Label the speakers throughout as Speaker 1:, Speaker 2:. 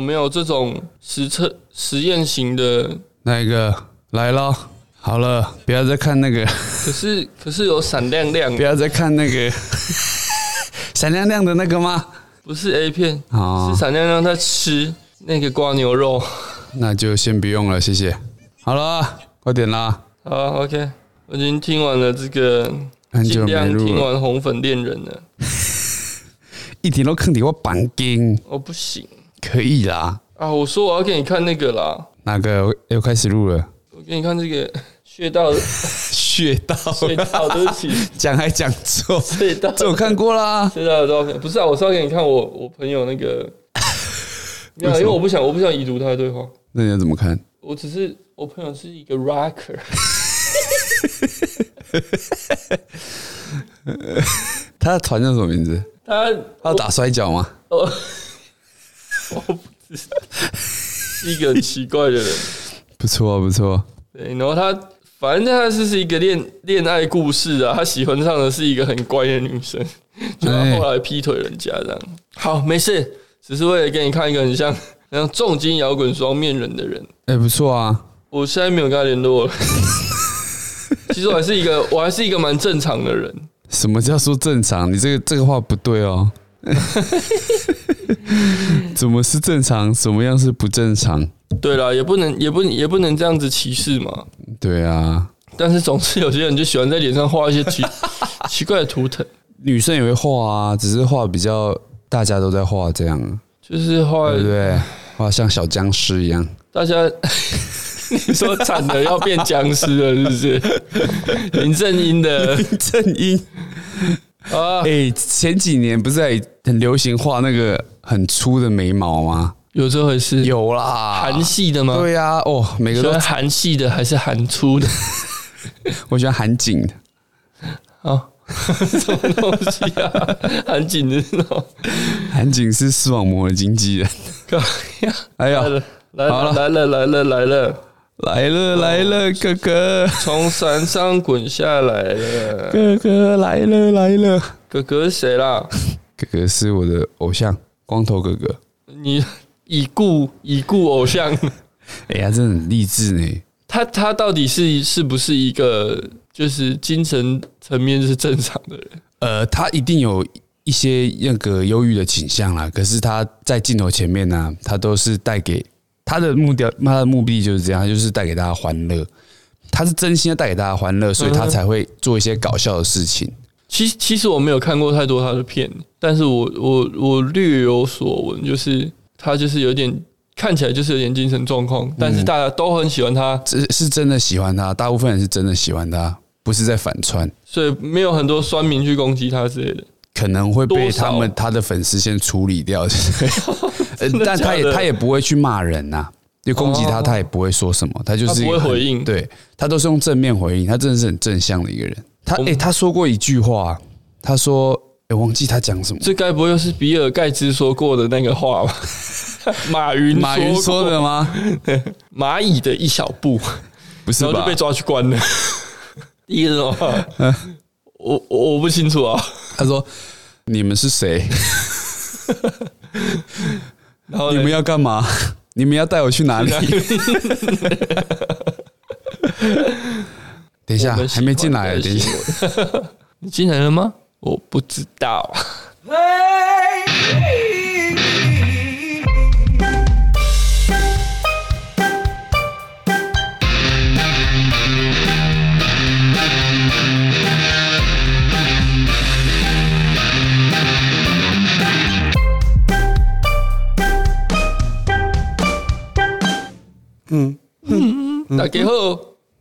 Speaker 1: 我们有这种实测实验型的，
Speaker 2: 那个来咯，好了，不要再看那个，
Speaker 1: 可是可是有闪亮亮
Speaker 2: 不，要再看那个 闪亮亮的那个吗？
Speaker 1: 不是 A 片，
Speaker 2: 哦
Speaker 1: 是闪亮亮在吃那个瓜牛肉。
Speaker 2: 那就先不用了，谢谢。好了，快点啦，
Speaker 1: 好，OK，我啊已经听完了这个，
Speaker 2: 很
Speaker 1: 尽
Speaker 2: 久没
Speaker 1: 量
Speaker 2: 录
Speaker 1: 听
Speaker 2: 了，
Speaker 1: 完红粉恋人了，
Speaker 2: 一点都坑底我板筋，
Speaker 1: 我、哦不行
Speaker 2: 可以啦。
Speaker 1: 啊！我说我要给你看那个啦，
Speaker 2: 哪个又开始录了？
Speaker 1: 我给你看这个 穴 道，
Speaker 2: 学到
Speaker 1: 穴道，对 不起，
Speaker 2: 讲还讲错，
Speaker 1: 隧道，
Speaker 2: 这我看过啦。
Speaker 1: 隧道的照片，不是啊，我是要给你看我我朋友那个， 没有，因为我不想我不想已读他的对话，
Speaker 2: 那你要怎么看？
Speaker 1: 我只是我朋友是一个 rocker，
Speaker 2: 他的团叫什么名字？
Speaker 1: 他
Speaker 2: 他有打摔跤吗？
Speaker 1: 我我不知道，是一个很奇怪的人，
Speaker 2: 不错啊，不错啊。
Speaker 1: 对，然后他反正他是是一个恋恋爱故事啊，他喜欢上的是一个很乖的女生， 就他后来劈腿人家这样，哎好，没事，只是为了给你看一个很像 很像重金摇滚双面人的人。
Speaker 2: 哎、不错啊。
Speaker 1: 我现在没有跟他联络了。 其实我还是一个，我还是一个蛮正常的人。
Speaker 2: 什么叫说正常？你这个这个话不 对哦。怎么是正常？什么样是不正常？
Speaker 1: 对啦，也不能，也不，也不能这样子歧视嘛。
Speaker 2: 对啊，
Speaker 1: 但是总是有些人就喜欢在脸上画一些奇 奇怪的图腾，
Speaker 2: 女生也会画啊，只是画比较大家都在画这样，
Speaker 1: 就是画
Speaker 2: 对不对？画像小僵尸一样，
Speaker 1: 大家。 你说惨的要变僵尸了，是不是？林正英的
Speaker 2: 正 英。
Speaker 1: 啊
Speaker 2: 哎、，前几年不是还很流行画那个很粗的眉毛吗？
Speaker 1: 有啊这回事？
Speaker 2: 有啦，
Speaker 1: 韩系的吗？
Speaker 2: 对呀、啊，哦，
Speaker 1: 喜
Speaker 2: 每个都
Speaker 1: 欢韩系的还是韩粗的？
Speaker 2: 我喜欢韩景的，
Speaker 1: 啊，什么东西啊？韩紧的那种。
Speaker 2: 韩景是视网膜的经纪人。
Speaker 1: 靠呀！
Speaker 2: 哎
Speaker 1: 来
Speaker 2: 呀，
Speaker 1: 了，来
Speaker 2: 好
Speaker 1: 了，
Speaker 2: 了
Speaker 1: 来了，来了，来了，
Speaker 2: 来了来了，哥哥。
Speaker 1: 从山上滚下来了。
Speaker 2: 哥哥来了来了，
Speaker 1: 哥哥是谁啦？
Speaker 2: 哥哥是我的偶像，光头哥哥。
Speaker 1: 你已故已故偶像，
Speaker 2: 哎呀，真的很励志呢。
Speaker 1: 他他到底是是不是一个就是精神层面是正常的人？
Speaker 2: 呃，他一定有一些那个忧郁的倾向啦，可是他在镜头前面呢、他都是带给他的目标，他的目的就是这样，他就是带给大家欢乐。他是真心的带给大家欢乐，所以他才会做一些搞笑的事情。
Speaker 1: 其实其实我没有看过太多他的片，但是我我我略有所闻，就是他就是有点看起来就是有点精神状况，但
Speaker 2: 嗯
Speaker 1: 是大家都很喜欢他，
Speaker 2: 这是真的喜欢他，大部分人是真的喜欢他，不是在反串。
Speaker 1: 所以没有很多酸民去攻击他之类的。
Speaker 2: 可能会被他
Speaker 1: 多
Speaker 2: 们
Speaker 1: 少
Speaker 2: 他的粉丝先处理掉， 呃
Speaker 1: 真的
Speaker 2: 但他
Speaker 1: 假
Speaker 2: 也
Speaker 1: 的
Speaker 2: 他也不会去骂人呐、就攻击他，
Speaker 1: 哦
Speaker 2: 他也不会说什么，他就是
Speaker 1: 他不会
Speaker 2: 一个很
Speaker 1: 回应
Speaker 2: 对他都是用正面回应，他真的是很正向的一个人。他
Speaker 1: 我
Speaker 2: 诶、
Speaker 1: 们
Speaker 2: 他说过一句话，啊他说诶、忘记他讲什么，
Speaker 1: 这该不会又是比尔盖茨说过的那个话吧？ 马云
Speaker 2: 马云
Speaker 1: 过
Speaker 2: 说的吗？
Speaker 1: 蚂蚁的一小步，
Speaker 2: 不是
Speaker 1: 然后就
Speaker 2: 吧
Speaker 1: 被？抓去 关了。第一个话，我我我不清楚啊。
Speaker 2: 他说你们是谁？
Speaker 1: 然后
Speaker 2: 你
Speaker 1: 呢
Speaker 2: 们要干嘛？你们要带我去哪里？ 等一下
Speaker 1: 我，们喜
Speaker 2: 还
Speaker 1: 欢
Speaker 2: 没进来，啊
Speaker 1: 的
Speaker 2: 等一下。
Speaker 1: 新闻你进来了吗？我不知道。
Speaker 2: 嗯
Speaker 1: 大家好，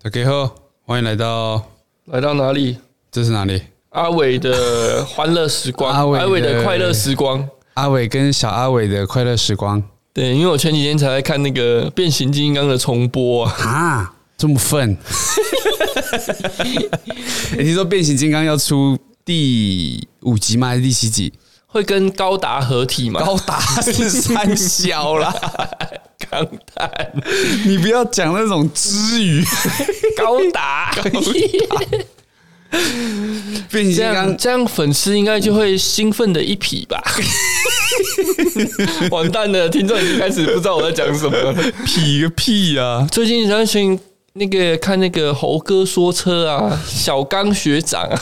Speaker 2: 大家好，欢迎来到
Speaker 1: 来到哪里？
Speaker 2: 这是哪里？
Speaker 1: 阿伟的欢乐时光，
Speaker 2: 阿伟的
Speaker 1: 阿伟的快乐时光。
Speaker 2: 阿伟跟小阿伟的快乐时光
Speaker 1: 对，因为我前几天才在看那个《变形金刚》的重播啊，
Speaker 2: 啊，这么愤！欸、听说变形金刚要出第五集吗？还是第七集？
Speaker 1: 会跟高达合体嘛？
Speaker 2: 高达是三
Speaker 1: 啊
Speaker 2: 小啦，
Speaker 1: 钢弹，
Speaker 2: 你不要讲那种之语。
Speaker 1: 高达，
Speaker 2: 变形
Speaker 1: 这
Speaker 2: 金
Speaker 1: 样
Speaker 2: 刚
Speaker 1: 这样粉丝应该就会兴奋的一匹 吧？完蛋了，听众已经开始不知道我在讲什么了。
Speaker 2: 痞个屁啊！
Speaker 1: 最近然后群那个看那个猴哥说车啊，小刚学长啊，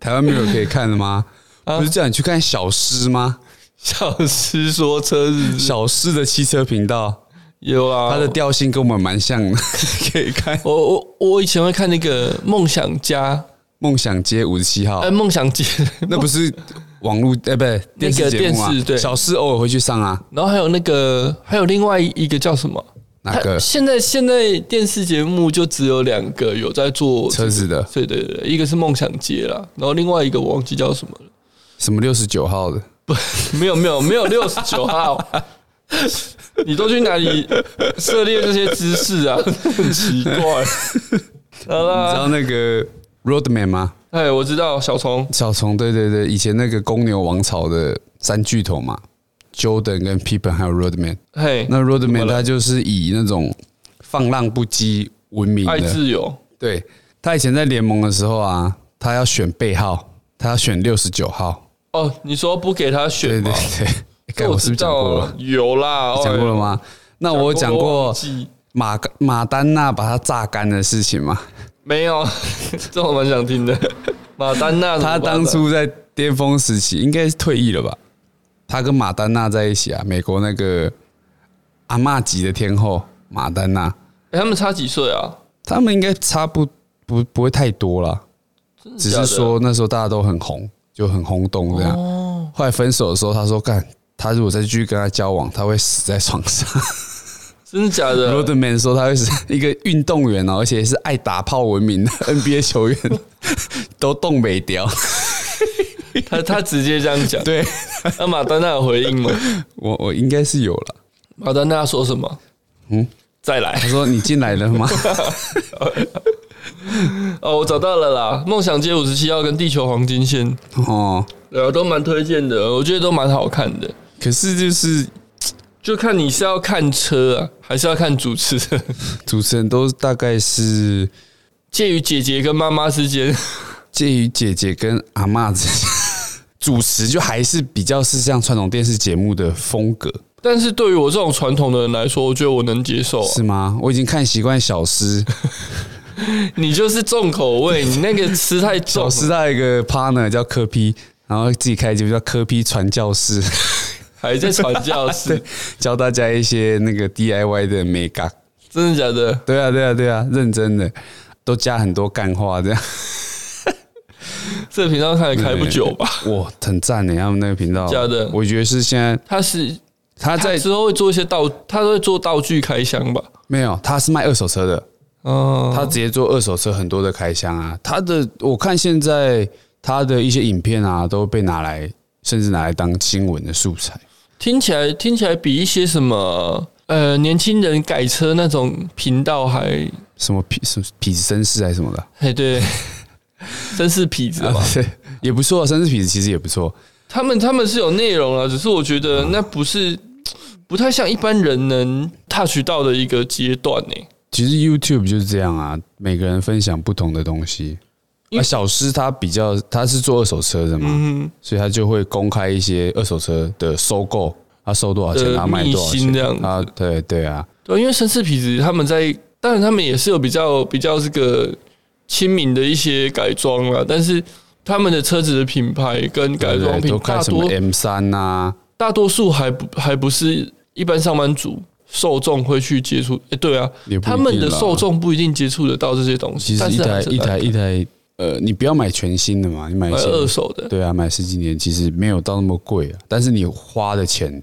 Speaker 2: 台湾没有可以看的吗？不是叫你去看小狮吗？
Speaker 1: 小师说车是不是
Speaker 2: 小狮的汽车频道，
Speaker 1: 有啊，
Speaker 2: 它的调性跟我们蛮像的，可以看《
Speaker 1: 我我我以前会看那个梦想家，
Speaker 2: 梦想街五十七号
Speaker 1: 呃，》，梦想街，
Speaker 2: 那不是网络哎，不对，电视节目啊
Speaker 1: 电视对
Speaker 2: 小狮偶尔会去上啊，
Speaker 1: 然后还有那个还有另外一个叫什么？
Speaker 2: 哪个
Speaker 1: 它现在现在电视节目就只有两个有在做
Speaker 2: 车子的
Speaker 1: 对对对，一个是梦想街啦，然后另外一个我忘记叫什么了。
Speaker 2: 什么六十九号的，
Speaker 1: 没有没有没有六十九 号，你都去哪里涉猎这些知识啊？很奇怪。好
Speaker 2: 你知
Speaker 1: 啦，
Speaker 2: 道那个 Roadman 吗？
Speaker 1: 哎，我知道小虫
Speaker 2: 小虫，对对对，以前那个公牛王朝的三巨头嘛，Jordan 跟 Pippen 还有 Roadman。
Speaker 1: 嘿，
Speaker 2: 那 Roadman
Speaker 1: 么了
Speaker 2: 他就是以那种放浪不羁闻名
Speaker 1: 爱
Speaker 2: 的。
Speaker 1: 自由，
Speaker 2: 对他以前在联盟的时候啊，他要选背号，他要选六十九号。
Speaker 1: 哦，你说不给他选
Speaker 2: 对对
Speaker 1: 吗？
Speaker 2: 对， 欸干
Speaker 1: 这
Speaker 2: 我是不是讲过
Speaker 1: 知道
Speaker 2: 了？
Speaker 1: 啊有啦，
Speaker 2: 讲过了吗？那
Speaker 1: 哎？
Speaker 2: 我有讲
Speaker 1: 我
Speaker 2: 过
Speaker 1: 忘记
Speaker 2: 马马丹娜把他榨干的事情嘛？
Speaker 1: 没有？ 这我蛮想 听的。马丹娜怎么办啊
Speaker 2: 他
Speaker 1: 的，
Speaker 2: 当初在巅峰时期，应该是退役了吧？他跟马丹娜在一起啊，美国那个阿嬷级的天后马丹娜，
Speaker 1: 哎他们差几岁啊？
Speaker 2: 他们应该差不不不会太多啦，
Speaker 1: 真的
Speaker 2: 只
Speaker 1: 假
Speaker 2: 是
Speaker 1: 的
Speaker 2: 说那时候大家都很红，就很轰动这样。
Speaker 1: 哦
Speaker 2: 后来分手的时候，他说：“干，他如果再继续跟他交往，他会死在床上。
Speaker 1: 真的假的？
Speaker 2: ”Rodman 说他会是一个运动员哦，而且是爱打炮闻名的 NBA 球员，都冻没掉。
Speaker 1: 他他直接这样讲，
Speaker 2: 对
Speaker 1: 那马丹娜有回应吗？
Speaker 2: 我，我应该是有了。
Speaker 1: 马丹娜说什么？
Speaker 2: 嗯，
Speaker 1: 再来
Speaker 2: 他说：“你进来了吗？”
Speaker 1: 哦，我找到了啦，《梦想街五十七号》跟《地球黄金线》，
Speaker 2: 哦，
Speaker 1: 呃，都蛮推荐的，我觉得都蛮好看的。
Speaker 2: 可是就是
Speaker 1: 就看你是要看车啊，还是要看主持人，
Speaker 2: 主持人都大概是
Speaker 1: 介于姐姐跟妈妈之间。
Speaker 2: 介于姐姐跟阿嬷之间，主持就还是比较是像传统电视节目的风格，
Speaker 1: 但是对于我这种传统的人来说，我觉得我能接受、啊。
Speaker 2: 是吗？我已经看习惯小诗，
Speaker 1: 你就是重口 味，你那个吃太重
Speaker 2: 小
Speaker 1: 了。
Speaker 2: 诗他有一个 partner 叫柯批，然后自己开节目叫柯批传教士，
Speaker 1: 还在传教 士，
Speaker 2: 教大家一些那个 DIY 的美感。
Speaker 1: 真的假的？
Speaker 2: 对啊，对啊，对啊，认真的，都加很多干话这样。
Speaker 1: 这频道看也开不久吧？
Speaker 2: 哇，很赞欸呢，他们那个频道，
Speaker 1: 假的
Speaker 2: 我觉得是现在
Speaker 1: 他是
Speaker 2: 他
Speaker 1: 他
Speaker 2: 在
Speaker 1: 之后会做一些道，他都会做道具开箱吧？
Speaker 2: 没有，他是卖二手车的，
Speaker 1: 哦，
Speaker 2: 他直接做二手车很多的开箱啊。他的我看现在他的一些影片啊，都被拿来，甚至拿来当新闻的素材。
Speaker 1: 听起来听起来比一些什么呃年轻人改车那种频道还，
Speaker 2: 什么痞什么痞子绅士还是什么的，
Speaker 1: 哎对， 真是痞子嘛。
Speaker 2: 对， 也不错，啊绅士痞子其实也不错。
Speaker 1: 他们他们是有内容啊，只是我觉
Speaker 2: 嗯
Speaker 1: 得那不是不太像一般人能 touch 到的一个阶段欸呢、
Speaker 2: 其实 YouTube 就是这样啊，每个人分享不同的东西。
Speaker 1: 因为嗯
Speaker 2: 啊，小诗他比较，他是做二手车的嘛，所以他就会公开一些二手车的收购，他收多少钱，
Speaker 1: 的
Speaker 2: 他卖多少
Speaker 1: 呃秘辛
Speaker 2: 钱
Speaker 1: 这样子
Speaker 2: 啊？对对啊，
Speaker 1: 对，因为绅士痞子他们在，当然他们也是有比较比较这个亲民的一些改装啦，但是他们的车子的品牌跟改
Speaker 2: 对对
Speaker 1: 装品
Speaker 2: 都
Speaker 1: 大
Speaker 2: 开什么
Speaker 1: 多
Speaker 2: M 三啊呐、
Speaker 1: 大多数还不还不是一般上班族受众会去接触。哎、对啊，
Speaker 2: 也不一定
Speaker 1: 他
Speaker 2: 啦
Speaker 1: 们的受众不一定接触得到这些东西，
Speaker 2: 其实
Speaker 1: 但
Speaker 2: 一
Speaker 1: 是
Speaker 2: 台
Speaker 1: 还是啊
Speaker 2: 一台一台，呃，你不要买全新的嘛，你买一
Speaker 1: 买
Speaker 2: 些
Speaker 1: 二手的。
Speaker 2: 对啊，买十几年其实没有到那么贵啊，但是你花的钱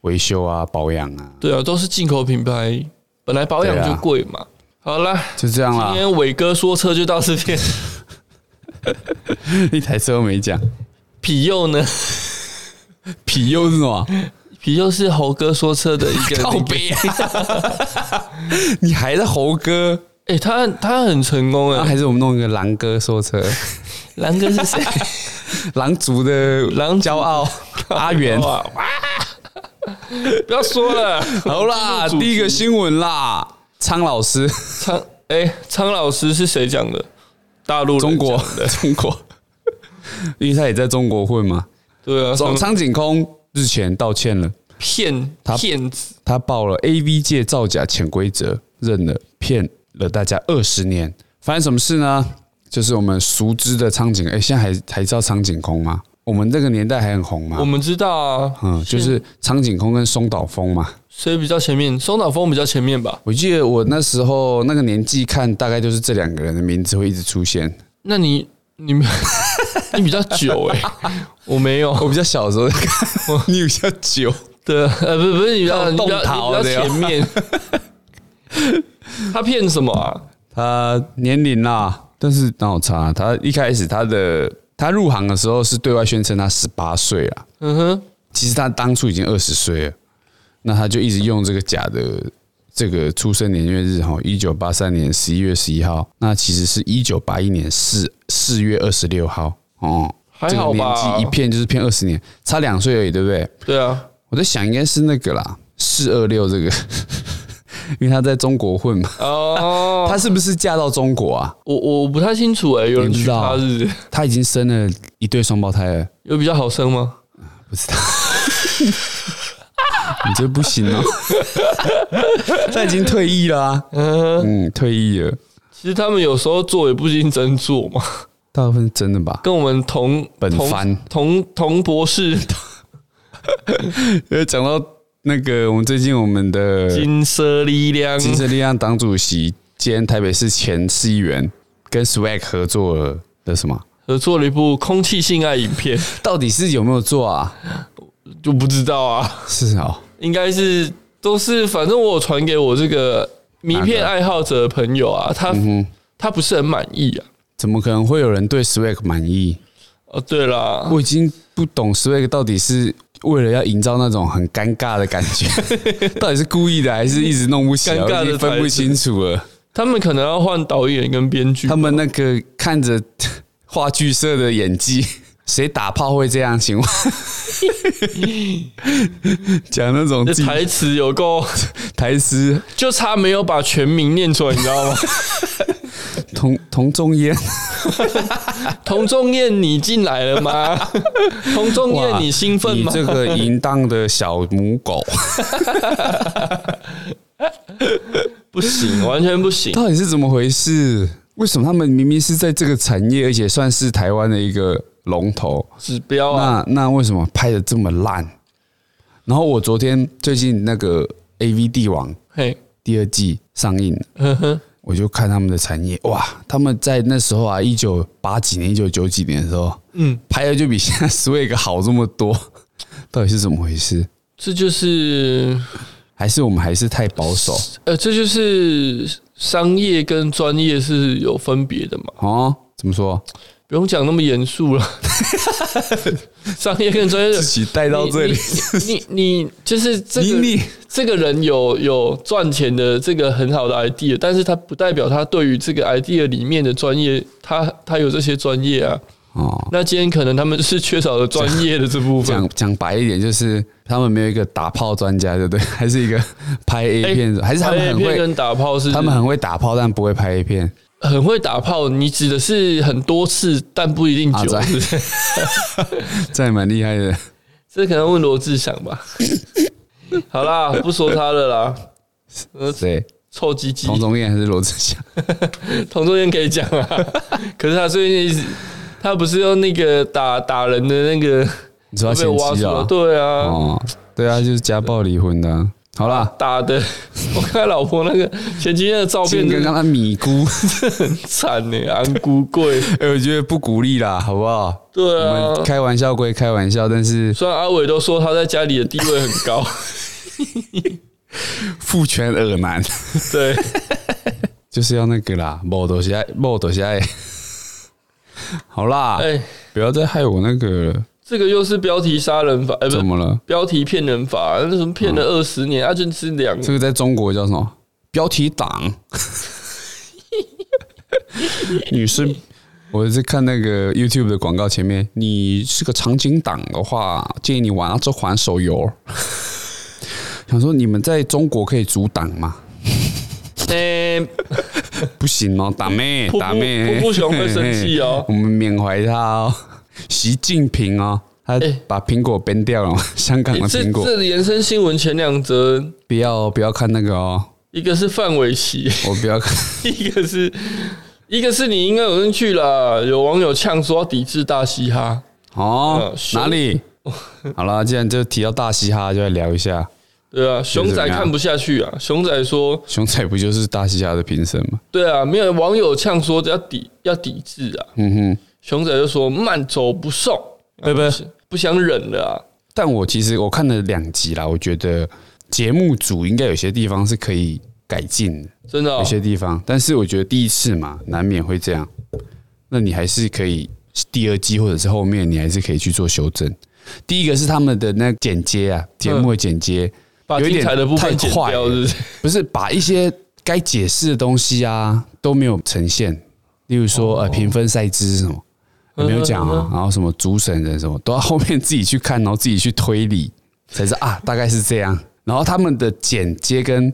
Speaker 2: 维修啊、保养啊，
Speaker 1: 对啊，都是进口品牌，本来保养
Speaker 2: 对
Speaker 1: 就
Speaker 2: 啊
Speaker 1: 贵嘛。好啦，
Speaker 2: 就这样
Speaker 1: 今
Speaker 2: 啦。
Speaker 1: 天伟哥说车就到这边，
Speaker 2: 一台车都没讲，
Speaker 1: 皮佑呢？
Speaker 2: 皮又是什么？
Speaker 1: 皮佑是猴哥说车的一个
Speaker 2: 靠
Speaker 1: 背啊！
Speaker 2: 你还在猴哥？
Speaker 1: 哎、他他很成功
Speaker 2: 那
Speaker 1: 哎、
Speaker 2: 还是我们弄一个狼哥说 车，
Speaker 1: 狼哥是谁？
Speaker 2: 狼族的
Speaker 1: 狼族
Speaker 2: 骄 傲阿 元。
Speaker 1: 哇哇！ 不要说了，
Speaker 2: 好啦，
Speaker 1: 进入主题
Speaker 2: 第一个新闻啦，苍老师，
Speaker 1: 苍哎，苍老师是谁讲的？大陆人
Speaker 2: 中国
Speaker 1: 讲的，
Speaker 2: 中国，因为他也在中国混嘛。
Speaker 1: 对啊，
Speaker 2: 总
Speaker 1: 他们
Speaker 2: 苍井空日前道歉了，
Speaker 1: 骗
Speaker 2: 他
Speaker 1: 骗子，
Speaker 2: 他爆了 A V 界造假潜规则，认了，骗了大家二十年。发生什么事呢？就是我们熟知的苍井，哎、现在还还知道苍井空吗？我们这个年代还很红
Speaker 1: 我
Speaker 2: 吗？
Speaker 1: 们知道啊，
Speaker 2: 嗯，就是苍井空跟松岛枫嘛。
Speaker 1: 谁比较前面？松岛枫比较前面吧？
Speaker 2: 我记得我那时候那个年纪看，大概就是这两个人的名字会一直出现。
Speaker 1: 那你你们 你比较久 哎、我没有，
Speaker 2: 我比较小的时候 在看，你比较久。
Speaker 1: 对，呃，不是不是，你不要
Speaker 2: 那
Speaker 1: 你
Speaker 2: 种
Speaker 1: 不要
Speaker 2: 动桃
Speaker 1: 你不
Speaker 2: 的
Speaker 1: 要
Speaker 2: 哟
Speaker 1: 前 面。他骗什么啊？
Speaker 2: 他年龄啦，但是哪有差啊、他一开始他的他入行的时候是对外宣称他十八岁啦，
Speaker 1: 嗯哼，
Speaker 2: 其实他当初已经二十岁了，那他就一直用这个假的这个出生年月日哈，一九八三年十一月十一号，那其实是一九八一年四四月二十六号哦。
Speaker 1: 还
Speaker 2: 这
Speaker 1: 好
Speaker 2: 个年
Speaker 1: 吧
Speaker 2: 纪一骗就是骗二十年，差两岁而已，对不对？
Speaker 1: 对啊，
Speaker 2: 我在想应该是那个啦，四二六这个， 因为他在中国混嘛，
Speaker 1: 哦，
Speaker 2: 他是不是嫁到中国啊？
Speaker 1: 我我不太清楚哎、有人
Speaker 2: 你不
Speaker 1: 娶
Speaker 2: 知道
Speaker 1: 她
Speaker 2: 啊
Speaker 1: 是不是
Speaker 2: 他已经生了一对双胞胎了，
Speaker 1: 有比较好生吗？
Speaker 2: 不知道。你这不行哦，他已经退役了、啊，嗯，退役了，
Speaker 1: 其实他们有时候做也不一定真做嘛，
Speaker 2: 大部分是真的吧？
Speaker 1: 跟我们同
Speaker 2: 本
Speaker 1: 同
Speaker 2: 番
Speaker 1: 同同博士
Speaker 2: 呃，讲到那个，我们最近我们的
Speaker 1: 金色力量，
Speaker 2: 金色力量党主席兼台北市前市议员跟 Swag 合作了的什么？
Speaker 1: 合作了一部空气性爱影 片，
Speaker 2: 到底是有没有做啊？
Speaker 1: 就不知道啊，
Speaker 2: 是哦，
Speaker 1: 应该是都是，反正我有传给我这个迷片爱好者的朋友啊，他、
Speaker 2: 嗯
Speaker 1: 他不是很满意啊。
Speaker 2: 怎么可能会有人对 Swag 满意？
Speaker 1: 哦，对啦，
Speaker 2: 我已经不懂 Swag 到底是为了要营造那种很尴尬的感觉， 到底是故意的还是一直弄不起来，
Speaker 1: 尴尬的
Speaker 2: 我已经分不清楚了。
Speaker 1: 他们可能要换导演跟编剧
Speaker 2: 他，们那个看着话剧社的演 技，谁打炮会这样？请问，讲那种
Speaker 1: 这
Speaker 2: 自己
Speaker 1: 台词有 够，
Speaker 2: 台词，
Speaker 1: 就差没有把全名念出来，你知 道吗？
Speaker 2: 同同中烟，
Speaker 1: 童仲彦，你进来了 吗？童仲
Speaker 2: 哇
Speaker 1: 彦，你兴奋
Speaker 2: 你
Speaker 1: 吗？
Speaker 2: 这个淫荡的小母 狗，
Speaker 1: 不行，完全不行。
Speaker 2: 到底是怎么回事？为什么他们明明是在这个产业，而且算是台湾的一个龙头？
Speaker 1: 指标啊，
Speaker 2: 那那为什么拍的这么烂？然后我昨天最近那个 A V 帝王
Speaker 1: 嘿，
Speaker 2: 第二季上映了，
Speaker 1: 呵呵，
Speaker 2: 我就看他们的产业，哇，他们在那时候啊，一九八几年、一九九几年的时候
Speaker 1: 嗯，
Speaker 2: 拍的就比现在 Swag 好这么多， 到底是怎么回事？
Speaker 1: 这就是
Speaker 2: 还是我们还是太保守
Speaker 1: 呃，这就是商业跟专业是有分别的嘛，
Speaker 2: 哦？怎么说？
Speaker 1: 不用讲那么严肃了。 商业跟专业
Speaker 2: 自己带到这里，
Speaker 1: 你你你你就是这
Speaker 2: 你
Speaker 1: 个
Speaker 2: 你
Speaker 1: 这个人有有赚钱的这个很好的 idea，但是他不代表他对于这个 idea 里面的专业，他他有这些专业啊。
Speaker 2: 哦，
Speaker 1: 那今天可能他们是缺少了专业的这部分
Speaker 2: 讲。讲白一点，就是他们没有一个打炮专家，对不对？还是一个拍 A 片的，还是他们
Speaker 1: 哎拍 A
Speaker 2: 很
Speaker 1: 片
Speaker 2: 会，
Speaker 1: 跟打炮是
Speaker 2: 他们很会打炮，但不会拍 A 片。
Speaker 1: 很会打炮，你指的是很多次，但不一定
Speaker 2: 啊
Speaker 1: 久，
Speaker 2: 在
Speaker 1: 是不是？
Speaker 2: 这还蛮厉害的。
Speaker 1: 这可能问罗志祥吧。 好啦，不说他了啦，
Speaker 2: 谁？
Speaker 1: 臭鸡鸡，
Speaker 2: 童宗彦还是罗志祥？
Speaker 1: 同桌间可以讲啊。 可是他最近一直他不是用那个打打人的那个
Speaker 2: 你说他
Speaker 1: 被
Speaker 2: 前
Speaker 1: 挖
Speaker 2: 妻
Speaker 1: 出
Speaker 2: 啊
Speaker 1: 来，？对啊，
Speaker 2: 哦，对啊，就是家暴离婚的啊。好啦，
Speaker 1: 打的。 我看他老婆那个前几天的照片
Speaker 2: 进跟
Speaker 1: 真的
Speaker 2: 刚刚米 姑，
Speaker 1: 很惨呢，安菇贵。
Speaker 2: 哎，我觉得不鼓励啦，好不好？
Speaker 1: 对
Speaker 2: 我
Speaker 1: 啊
Speaker 2: 们，开玩笑归开玩笑，但是
Speaker 1: 虽然阿伟都说他在家里的地位很 高，
Speaker 2: 父权耳男
Speaker 1: 对。
Speaker 2: 就是要那个啦，某朵下某朵下。 好啦，
Speaker 1: 哎、
Speaker 2: 不要再害我那个了，
Speaker 1: 这个又是标题杀人法，哎、不
Speaker 2: 怎
Speaker 1: 是
Speaker 2: 么了？
Speaker 1: 标题骗人法，那什么骗了二十年，啊，就是两
Speaker 2: 嗯这个在中国叫什么？标题党。女生，我是看那个 YouTube 的广告前面，你是个场景党的话，建议你玩啊这款手游。想说你们在中国可以阻挡吗？
Speaker 1: 哎、
Speaker 2: 不行哦，打妹
Speaker 1: 瀑布
Speaker 2: 打妹，
Speaker 1: 瀑布熊会生气哦
Speaker 2: 我们缅怀他哦，习近平哦，他
Speaker 1: 哎
Speaker 2: 把苹果编掉了，香港的
Speaker 1: 这
Speaker 2: 苹果，
Speaker 1: 这延伸新闻前两则，
Speaker 2: 不要不要看那个哦，
Speaker 1: 一个是范玮琪，
Speaker 2: 我不要看，
Speaker 1: 一个是一个是你应该有兴趣啦。有网友呛说要抵制大嘻哈，
Speaker 2: 哦
Speaker 1: 呃，熊
Speaker 2: 哪 里？好了，既然就提到大嘻哈，就来聊一下。
Speaker 1: 对啊，熊仔看不下去啊，熊仔说，
Speaker 2: 熊仔不就是大嘻哈的评审吗？
Speaker 1: 对啊，没有网友呛说要抵要抵制啊，
Speaker 2: 嗯哼，
Speaker 1: 熊仔就说慢走不送，啊
Speaker 2: 对不对？
Speaker 1: 不想忍了啊。
Speaker 2: 但我其实我看了两集啦，我觉得节目组应该有些地方是可以改进的，
Speaker 1: 真的、哦
Speaker 2: 有，些地方。但是我觉得第一次嘛，难免会这样，那你还是可以第二季或者是后面，你还是可以去做修正。第一个是他们的那个剪接啊，节
Speaker 1: 嗯
Speaker 2: 目的剪接、
Speaker 1: 把
Speaker 2: 有一
Speaker 1: 精
Speaker 2: 点
Speaker 1: 彩的部分
Speaker 2: 太
Speaker 1: 剪
Speaker 2: 快
Speaker 1: 掉，
Speaker 2: 了
Speaker 1: 是不是？
Speaker 2: 不是把一些该解释的东西啊都没有呈现，例如说呃评分赛制是什么
Speaker 1: 嗯
Speaker 2: 有没有讲啊，然后什么主审人什么都要后面自己去看，然后自己去推理才知道啊大概是这样。然后他们的剪接跟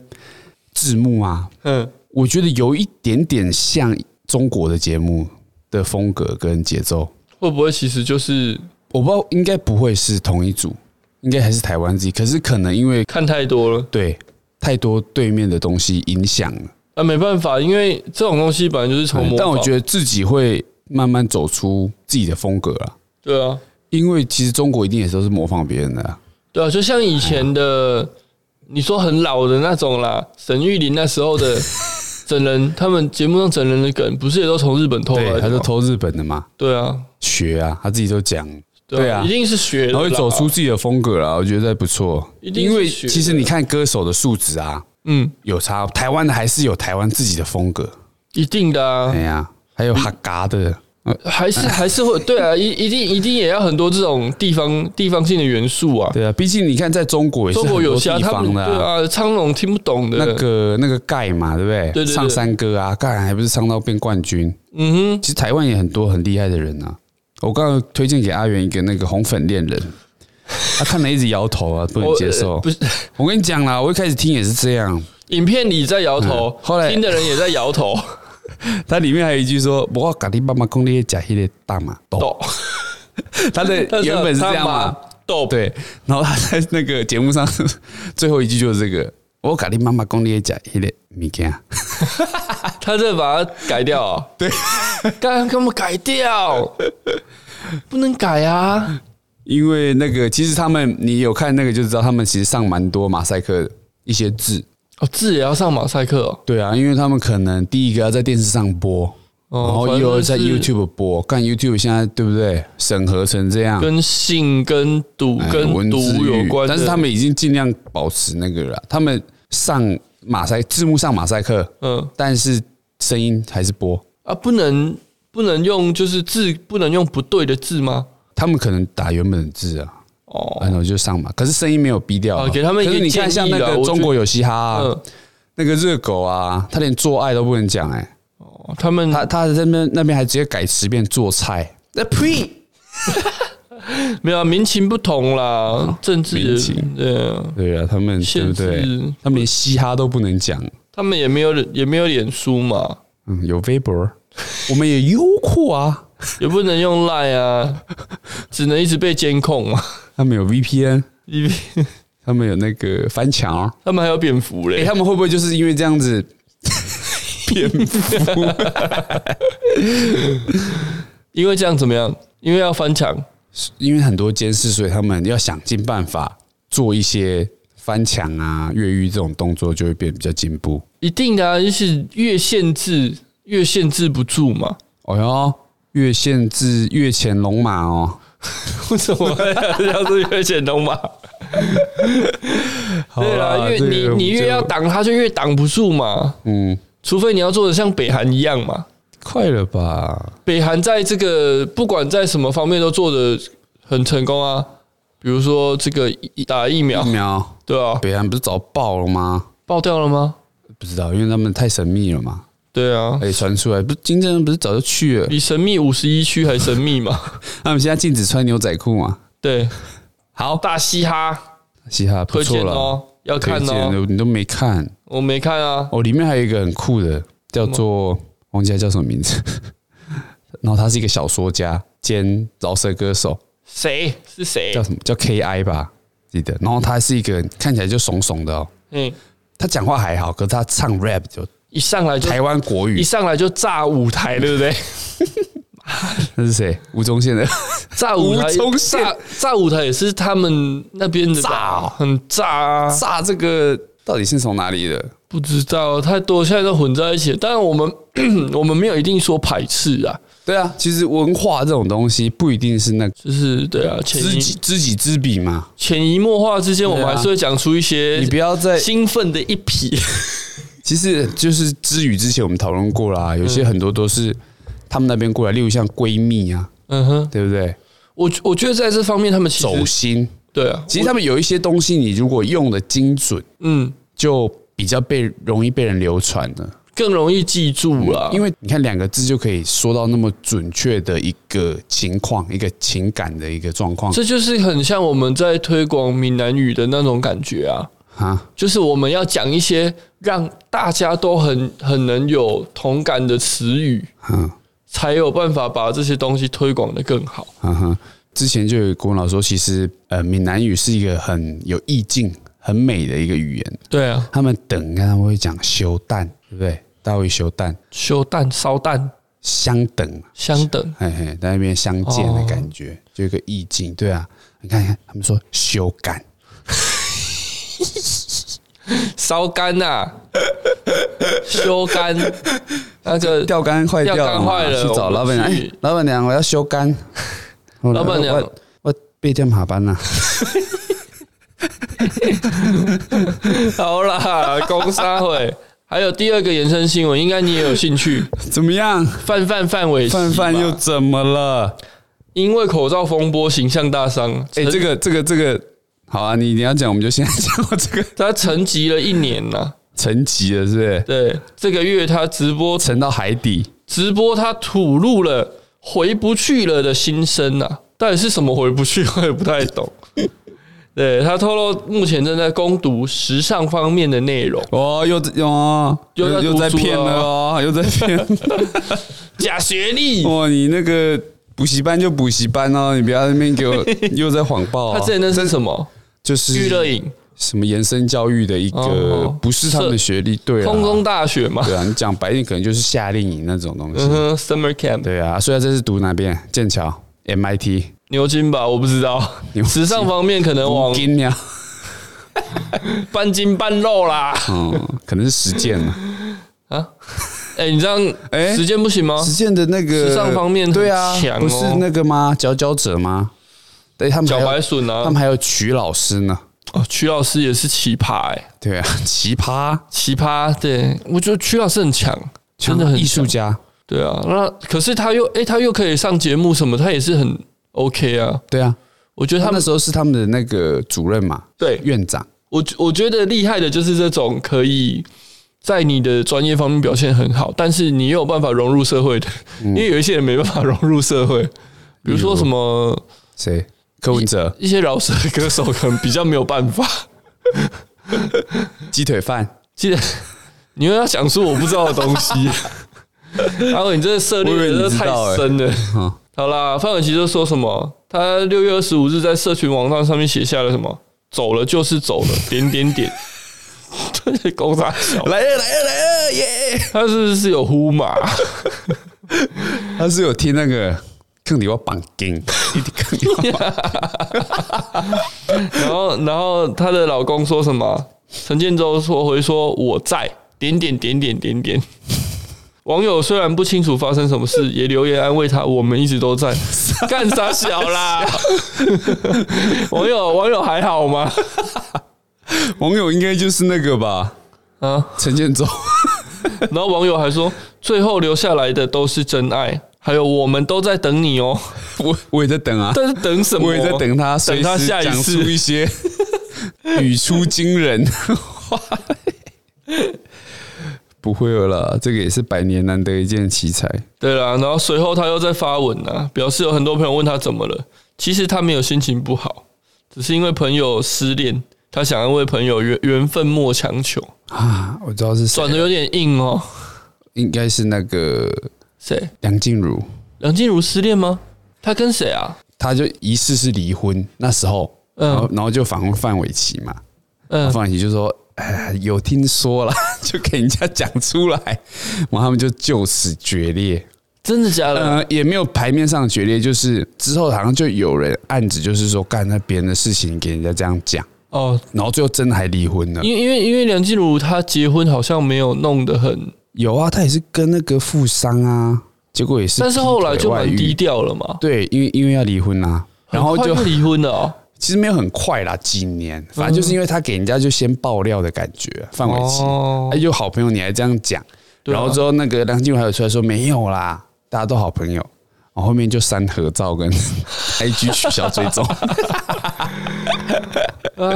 Speaker 2: 字幕啊，
Speaker 1: 嗯，
Speaker 2: 我觉得有一点点像中国的节目的风格跟节奏，
Speaker 1: 会不会其实就是
Speaker 2: 我不知道应该不会是同一组，应该还是台湾自己，可是可能因为
Speaker 1: 看太多了？
Speaker 2: 对太多对面的东西影响了。
Speaker 1: 啊，没办法，因为这种东西本来就是从模
Speaker 2: 嗯
Speaker 1: 仿。
Speaker 2: 但我觉
Speaker 1: 得，
Speaker 2: 得自己会慢慢走出自己的风格啦，
Speaker 1: 对啊，
Speaker 2: 因为其实中国一定也都是模仿别人的啊、
Speaker 1: 对啊，就像以前的，你说很老的那种啦，沈玉琳那时候 的整人，他们节目上整人的梗，不是也都从日本偷来
Speaker 2: 对，
Speaker 1: 的？
Speaker 2: 他就，偷日本的嘛，
Speaker 1: 对啊，
Speaker 2: 学啊，他自己都讲，对啊
Speaker 1: 一定是学的
Speaker 2: 然
Speaker 1: 啦，
Speaker 2: 后会走出自己的风格啦，我觉得还不错。
Speaker 1: 一定是
Speaker 2: 因为
Speaker 1: 学的
Speaker 2: 其实你看歌手的素质啊，
Speaker 1: 嗯，
Speaker 2: 有差，台湾的还是有台湾自己的风格，
Speaker 1: 一定的啊
Speaker 2: 哎，呀，还有哈嘎的，
Speaker 1: 还 是还是会，对啊，一一定一定也要很多这种地方地方性的元素啊。
Speaker 2: 对啊，毕竟你看在中国也是
Speaker 1: 中
Speaker 2: 很
Speaker 1: 国有
Speaker 2: 多
Speaker 1: 虾，
Speaker 2: 地
Speaker 1: 他们
Speaker 2: 方
Speaker 1: 对
Speaker 2: 的啊、
Speaker 1: 啊，苍龙听不懂的，
Speaker 2: 那个那个盖嘛，对不
Speaker 1: 对
Speaker 2: 对？
Speaker 1: 对对
Speaker 2: 唱山歌啊，盖还不是唱到变冠军？
Speaker 1: 嗯哼，
Speaker 2: 其实台湾也很多很厉害的人啊。我刚刚推荐给阿元一个那个红粉恋人，他看了一直摇头啊，不能
Speaker 1: 我
Speaker 2: 接受
Speaker 1: 呃。不是，
Speaker 2: 我跟你讲啦，我一开始听也是这样，
Speaker 1: 影片里在摇头，
Speaker 2: 嗯后来
Speaker 1: 听的人也在摇头，
Speaker 2: 它里面还有一句说：“我咖喱爸妈公里假迄个大马豆。
Speaker 1: 抖，”
Speaker 2: 他的原本是这样嘛，
Speaker 1: 抖，对，
Speaker 2: 对。然后他在那个节目上 最后一句就是这个：“我咖喱妈妈公里假迄个物件。
Speaker 1: 他在把它改掉啊，对，刚给我们改掉，不能改啊，”
Speaker 2: 因为那个其实他们你有看那个就知道，他们其实上蛮多马赛克的一些字。
Speaker 1: 哦，字也要上马赛克哦
Speaker 2: 对啊，因为他们可能第一个要在电视上播，
Speaker 1: 哦，
Speaker 2: 然后
Speaker 1: 反正
Speaker 2: 又要在
Speaker 1: 就是
Speaker 2: YouTube 播，看 YouTube 现在对不对？审核成这样，
Speaker 1: 跟性跟赌
Speaker 2: 哎
Speaker 1: 跟
Speaker 2: 文字
Speaker 1: 毒有
Speaker 2: 狱
Speaker 1: 关的，
Speaker 2: 但是他们已经尽量保持那个了。他们上马赛字幕上马赛克，
Speaker 1: 嗯
Speaker 2: 但是声音还是播。
Speaker 1: 啊，不能不能用就是字不能用不对的字吗？
Speaker 2: 他们可能打原本的字啊，
Speaker 1: 哦，
Speaker 2: 然后就上嘛，可是声音没有逼掉、
Speaker 1: 啊给他们一个
Speaker 2: 可是你看，
Speaker 1: 建
Speaker 2: 像
Speaker 1: 议啦
Speaker 2: 那
Speaker 1: 我觉
Speaker 2: 个
Speaker 1: 得
Speaker 2: 中国有嘻哈、啊
Speaker 1: 嗯，，
Speaker 2: 那个热狗啊，他连做爱都不能讲哎、
Speaker 1: 哦他们
Speaker 2: 他他在那边那边还直接改词变做菜，啊那呸！
Speaker 1: 没有、啊、民情不同啦，政治
Speaker 2: 民情
Speaker 1: 对啊，
Speaker 2: 对啊，他们对
Speaker 1: 限
Speaker 2: 不对？
Speaker 1: 制
Speaker 2: 他们连嘻哈都不能讲，
Speaker 1: 他们也没有也没有脸书 嘛，
Speaker 2: 嗯，有微博，我们也优酷啊，
Speaker 1: 也不能用 Line 啊，只能一直被监控嘛。
Speaker 2: 他们有 VPN，
Speaker 1: 因为
Speaker 2: 他们有那个翻墙。
Speaker 1: 他们还有蝙蝠
Speaker 2: 哎、
Speaker 1: 嘞，
Speaker 2: 他们会不会就是因为这样子？
Speaker 1: 蝙蝠，因为这样怎么样？因为要翻墙，
Speaker 2: 因为很多监视，所以他们要想尽办法做一些翻墙啊、越狱这种动作，就会变比较进步。
Speaker 1: 一定的、啊，就是越限制越限制不住 嘛。
Speaker 2: 哦哟，越限制越前龙马哦。
Speaker 1: 为什么
Speaker 2: 啊
Speaker 1: 要是越显龙马？对
Speaker 2: 好
Speaker 1: 啊，
Speaker 2: 啦
Speaker 1: 因为
Speaker 2: 这
Speaker 1: 你你
Speaker 2: 个我们就
Speaker 1: 越要挡，他就越挡不住嘛。
Speaker 2: 嗯，
Speaker 1: 除非你要做的像北韩一样嘛。
Speaker 2: 快了吧？
Speaker 1: 北韩在这个不管在什么方面都做的很成功啊，比如说这个打疫苗
Speaker 2: 疫，苗，
Speaker 1: 对啊，
Speaker 2: 北韩不是早爆了吗？
Speaker 1: 爆掉了吗？
Speaker 2: 不知道，因为他们太神秘了嘛。
Speaker 1: 对啊，
Speaker 2: 哎，传出来不是金正恩不是早就去了？
Speaker 1: 比神秘五十一区还神秘 嘛？
Speaker 2: 他们现在禁止穿牛仔裤嘛？
Speaker 1: 对，
Speaker 2: 好，
Speaker 1: 大嘻哈
Speaker 2: 嘻哈不
Speaker 1: 推
Speaker 2: 错
Speaker 1: 荐
Speaker 2: 了，
Speaker 1: 哦，要
Speaker 2: 推
Speaker 1: 看
Speaker 2: 荐
Speaker 1: 哦，
Speaker 2: 的你都没看
Speaker 1: 我没看啊，
Speaker 2: 哦。里面还有一个很酷的，叫做忘记他叫什么名字。 然后他是一个小说家兼饶舌歌手，
Speaker 1: 谁是谁
Speaker 2: 叫？什么叫 KI 吧，记得。然后他是一个看起来就怂怂的哦，
Speaker 1: 嗯，
Speaker 2: 他讲话还好，可是他唱 rap 就
Speaker 1: 一上来就
Speaker 2: 台湾国
Speaker 1: 一
Speaker 2: 语。
Speaker 1: 上来就炸舞台，对不 对？
Speaker 2: 那是谁？吴宗宪的
Speaker 1: 炸舞台，
Speaker 2: 吴宗宪
Speaker 1: 炸炸舞台也是他们那边的吧
Speaker 2: 炸哦
Speaker 1: 很炸啊！
Speaker 2: 炸这个到底是从哪里的？
Speaker 1: 不知道太多，现在都混在一起了。当然，我们 我们没有一定说排斥啊，
Speaker 2: 对啊，其实文化这种东西不一定是那个
Speaker 1: 就是对啊，潜
Speaker 2: 知
Speaker 1: 移
Speaker 2: 己知己知彼嘛。
Speaker 1: 潜移默化之间，我们
Speaker 2: 对啊
Speaker 1: 还是会讲出一些
Speaker 2: 你不要再，
Speaker 1: 兴奋的一匹。
Speaker 2: 其实就是知语之前我们讨论过
Speaker 1: 嗯
Speaker 2: 啦，有些很多都是他们那边过来，例如像闺蜜啊，
Speaker 1: 嗯哼，
Speaker 2: 对不对？
Speaker 1: 我我觉得在这方面，他们其
Speaker 2: 走
Speaker 1: 实
Speaker 2: 心，
Speaker 1: 对啊，
Speaker 2: 其实他们有一些东西，你如果用的精准，
Speaker 1: 嗯
Speaker 2: 就比较被容易被人流传的。
Speaker 1: 更容易记住啊啦。
Speaker 2: 因为嗯你看两个字就可以说到那么准确的一个情况、一个情感的一个状况
Speaker 1: 这就是很像我们在推广闽南语的那种感觉啊，
Speaker 2: 啊，
Speaker 1: 就是我们要讲一些让大家都很很能有同感的词语，
Speaker 2: 嗯
Speaker 1: 才有办法把这些东西推广的更好。
Speaker 2: 嗯哼。之前就有国文老师说，其实呃，闽南语是一个很有意境、很美的一个语言。
Speaker 1: 对啊，
Speaker 2: 他们等，你看他们会讲修蛋，对不对？大卫修蛋
Speaker 1: 修蛋、烧蛋
Speaker 2: 相等，
Speaker 1: 相 等，
Speaker 2: 嘿嘿，在那边相见的感觉，
Speaker 1: 哦
Speaker 2: 就有一个意境，对啊。你看，你看他们说修感，
Speaker 1: 烧干呐，
Speaker 2: 啊
Speaker 1: 修干那个
Speaker 2: 钓竿坏 掉
Speaker 1: 钓
Speaker 2: 了
Speaker 1: 竿
Speaker 2: 嘛，
Speaker 1: 坏了
Speaker 2: 去找
Speaker 1: 我们
Speaker 2: 老板娘。
Speaker 1: 去
Speaker 2: 哎，老板娘，我要修竿。
Speaker 1: 老板娘
Speaker 2: 我，我被电 下班了。
Speaker 1: 好啦，公沙会。还有第二个延伸新闻，应该你也有兴趣。
Speaker 2: 怎 么样？
Speaker 1: 范范范玮琪嘛，
Speaker 2: 范范又怎么了？
Speaker 1: 因为口罩风波形象大伤，
Speaker 2: 哎，
Speaker 1: 沉
Speaker 2: 这个这个这个，好啊，你你要讲，我们就先讲 这个
Speaker 1: 他沉寂了一年呐、
Speaker 2: 沉寂了，是不是？
Speaker 1: 对，这个月他直播
Speaker 2: 沉到海底。
Speaker 1: 直播，他吐露了回不去了的心声呐、到底是什么回不去，我也不太 懂。对他透露，目前正在攻读时尚方面的内容，
Speaker 2: 哦，又哦，
Speaker 1: 又在
Speaker 2: 又
Speaker 1: 读
Speaker 2: 在
Speaker 1: 书
Speaker 2: 骗
Speaker 1: 了
Speaker 2: 了哦，又在骗。
Speaker 1: 假学 历。
Speaker 2: 哦，你那个补习班就补习班哦，你不要在那边给我又在谎报、
Speaker 1: 他 之
Speaker 2: 哦，
Speaker 1: 前那是什么
Speaker 2: 就是
Speaker 1: 娱乐营？
Speaker 2: 什么延伸教育的一个
Speaker 1: 哦，
Speaker 2: 不是他们的学历，对
Speaker 1: 空中
Speaker 2: 啊，
Speaker 1: 大学嘛？
Speaker 2: 对啊，你讲白一点可能就是夏令营那种东
Speaker 1: 嗯
Speaker 2: 西，
Speaker 1: 哼，summer camp，
Speaker 2: 对啊，所以他这是读哪边？剑桥、MIT，
Speaker 1: 牛津吧，我不知道
Speaker 2: 牛。津
Speaker 1: 时尚方面可能往
Speaker 2: 金呀，
Speaker 1: 半斤半肉啦。
Speaker 2: 嗯，可能是实践啊了，
Speaker 1: 哎、你这样
Speaker 2: 哎
Speaker 1: 时间不行吗？
Speaker 2: 实践的那个
Speaker 1: 时尚方面很
Speaker 2: 对啊
Speaker 1: 强哦，
Speaker 2: 不是那个吗？佼佼者吗？对他们
Speaker 1: 小
Speaker 2: 还
Speaker 1: 白
Speaker 2: 有
Speaker 1: 笋
Speaker 2: 他
Speaker 1: 啊
Speaker 2: 们，还有曲老师呢，
Speaker 1: 哦，曲老师也是奇葩、欸，
Speaker 2: 对啊，奇葩，
Speaker 1: 奇葩。对，我觉得曲老师很强，真的很
Speaker 2: 艺术
Speaker 1: 强。啊
Speaker 2: 家，
Speaker 1: 对啊，那可是他又哎、他又可以上节目什么，他也是很 OK 啊。
Speaker 2: 对啊，
Speaker 1: 我觉得
Speaker 2: 他
Speaker 1: 他
Speaker 2: 那
Speaker 1: 们
Speaker 2: 时候是他们的那个主任嘛，
Speaker 1: 对
Speaker 2: 院长，
Speaker 1: 我我觉得厉害的就是这种可以在你的专业方面表现很好，但是你又有办法融入社会的，因为有一些人没办法融入社会，嗯比如说什么
Speaker 2: 谁？柯文哲，
Speaker 1: 一些饶舌歌手可能比较没有办法。
Speaker 2: 鸡腿饭，
Speaker 1: 记得 你又要讲出我不知道的东 西，然后你这个涉猎
Speaker 2: 我以为
Speaker 1: 真的
Speaker 2: 你知
Speaker 1: 太
Speaker 2: 道欸
Speaker 1: 深了。
Speaker 2: 嗯
Speaker 1: 好啦，范玮琪就说什么，他六月二十五日在社群网站上面写下了什么“走了就是走了”点点点， 这是狗打 小，
Speaker 2: 来了来了来了耶！
Speaker 1: 他是不是有呼嘛？
Speaker 2: 他是有听那个坑底我绑 筋，一定坑底我绑
Speaker 1: 然后，然后她的老公说什么？陈建州说回说我在点点点点点点。网友虽然不清楚发生什么事，也留言安慰他：“我们一直都在干啥小啦？” 网友网友还好吗？
Speaker 2: 网友应该就是那个吧？
Speaker 1: 啊，
Speaker 2: 陈建州，
Speaker 1: 然后网友还说，最后留下来的都是真爱，还有我们都在等你 哦。
Speaker 2: 我我也在等啊，
Speaker 1: 但是等什么？
Speaker 2: 我也在等他，
Speaker 1: 等他下一
Speaker 2: 讲出
Speaker 1: 次。
Speaker 2: 一 些语出惊人的话。不会了啦，这个也是百年难得一见的奇才。
Speaker 1: 对啦，然后随后他又在发文啊，表示有很多朋友问他怎么了，其实他没有心情不好，只是因为朋友失恋，他想
Speaker 2: 啊
Speaker 1: 安慰朋友，缘缘分莫强求，
Speaker 2: 啊，我知道是谁
Speaker 1: 转的有点硬哦，
Speaker 2: 应该是那个
Speaker 1: 谁？
Speaker 2: 梁静茹，
Speaker 1: 梁静茹失恋吗？她跟谁啊？
Speaker 2: 她就疑似是离婚，那时候，
Speaker 1: 嗯
Speaker 2: 然后然后就访问范玮琪嘛，
Speaker 1: 嗯，
Speaker 2: 范玮琪就说：“哎，有听说啦， 就给人家讲出来。”然后他们就就此决裂。
Speaker 1: 真的假的？
Speaker 2: 呃，也没有牌面上的决裂，就是之后好像就有人暗指，就是说干那别人的事情给人家这样讲，
Speaker 1: 哦，
Speaker 2: 然后最后真的还离婚了。
Speaker 1: 因为因为因为梁静茹她结婚好像没有弄得很，
Speaker 2: 有啊，他也是跟那个富商啊，结果也是，
Speaker 1: 但是后来就蛮低。调了嘛，
Speaker 2: 对，因为因为要离婚啦、然后
Speaker 1: 很快
Speaker 2: 就
Speaker 1: 离婚了 哦。
Speaker 2: 其实没有很快啦，几年，反正就是因为他给人家就先爆料的感觉，范玮琪，
Speaker 1: 哦
Speaker 2: 哎，有好朋友你还这样讲，
Speaker 1: 对啊
Speaker 2: 然后之后那个梁静茹还有出来说没有啦，大家都好朋友，然后后面就删合照跟 IG 取消追踪，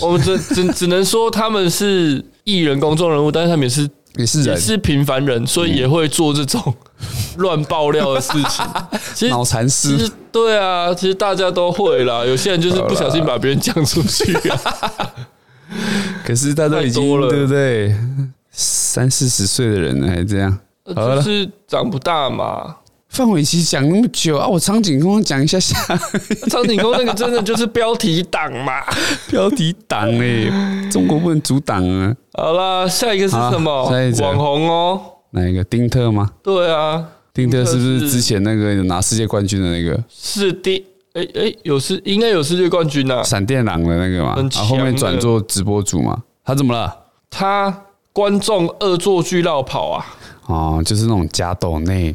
Speaker 1: 我们只 只只能说他们是艺人、公众人物，但是他们也是
Speaker 2: 也是
Speaker 1: 也
Speaker 2: 人嗯
Speaker 1: 是平凡人，所以也会做这种 乱爆料的事 情。其实
Speaker 2: 脑残
Speaker 1: 其
Speaker 2: 师
Speaker 1: 实，对啊，其实大家都会啦。有些人就是不小心把别人讲出去啊。
Speaker 2: 可是他都已经
Speaker 1: 太多了
Speaker 2: 对不对？三四十岁的人了还这样，好
Speaker 1: 呃就
Speaker 2: 了
Speaker 1: 是长不大嘛。
Speaker 2: 范玮琪讲那么久啊，我苍井空讲一下下
Speaker 1: 苍井空那个真的就是标题党嘛。
Speaker 2: 标题党哎、中国不能阻挡啊，
Speaker 1: 好啦，下一个是
Speaker 2: 好
Speaker 1: 什么？
Speaker 2: 下一则
Speaker 1: 网红哦。
Speaker 2: 哪一个丁特吗？
Speaker 1: 对啊，
Speaker 2: 丁特是不
Speaker 1: 丁特
Speaker 2: 是
Speaker 1: 是
Speaker 2: 之前那个有拿世界冠军的那个
Speaker 1: 是第哎哎，有世应该有世界冠军呐、啊。
Speaker 2: 闪电狼的那个嘛？
Speaker 1: 很
Speaker 2: 然
Speaker 1: 强
Speaker 2: 后后面转
Speaker 1: 的
Speaker 2: 做直播主嘛？他怎么了？
Speaker 1: 他观众恶作剧绕跑啊。
Speaker 2: 哦，就是那种假抖内，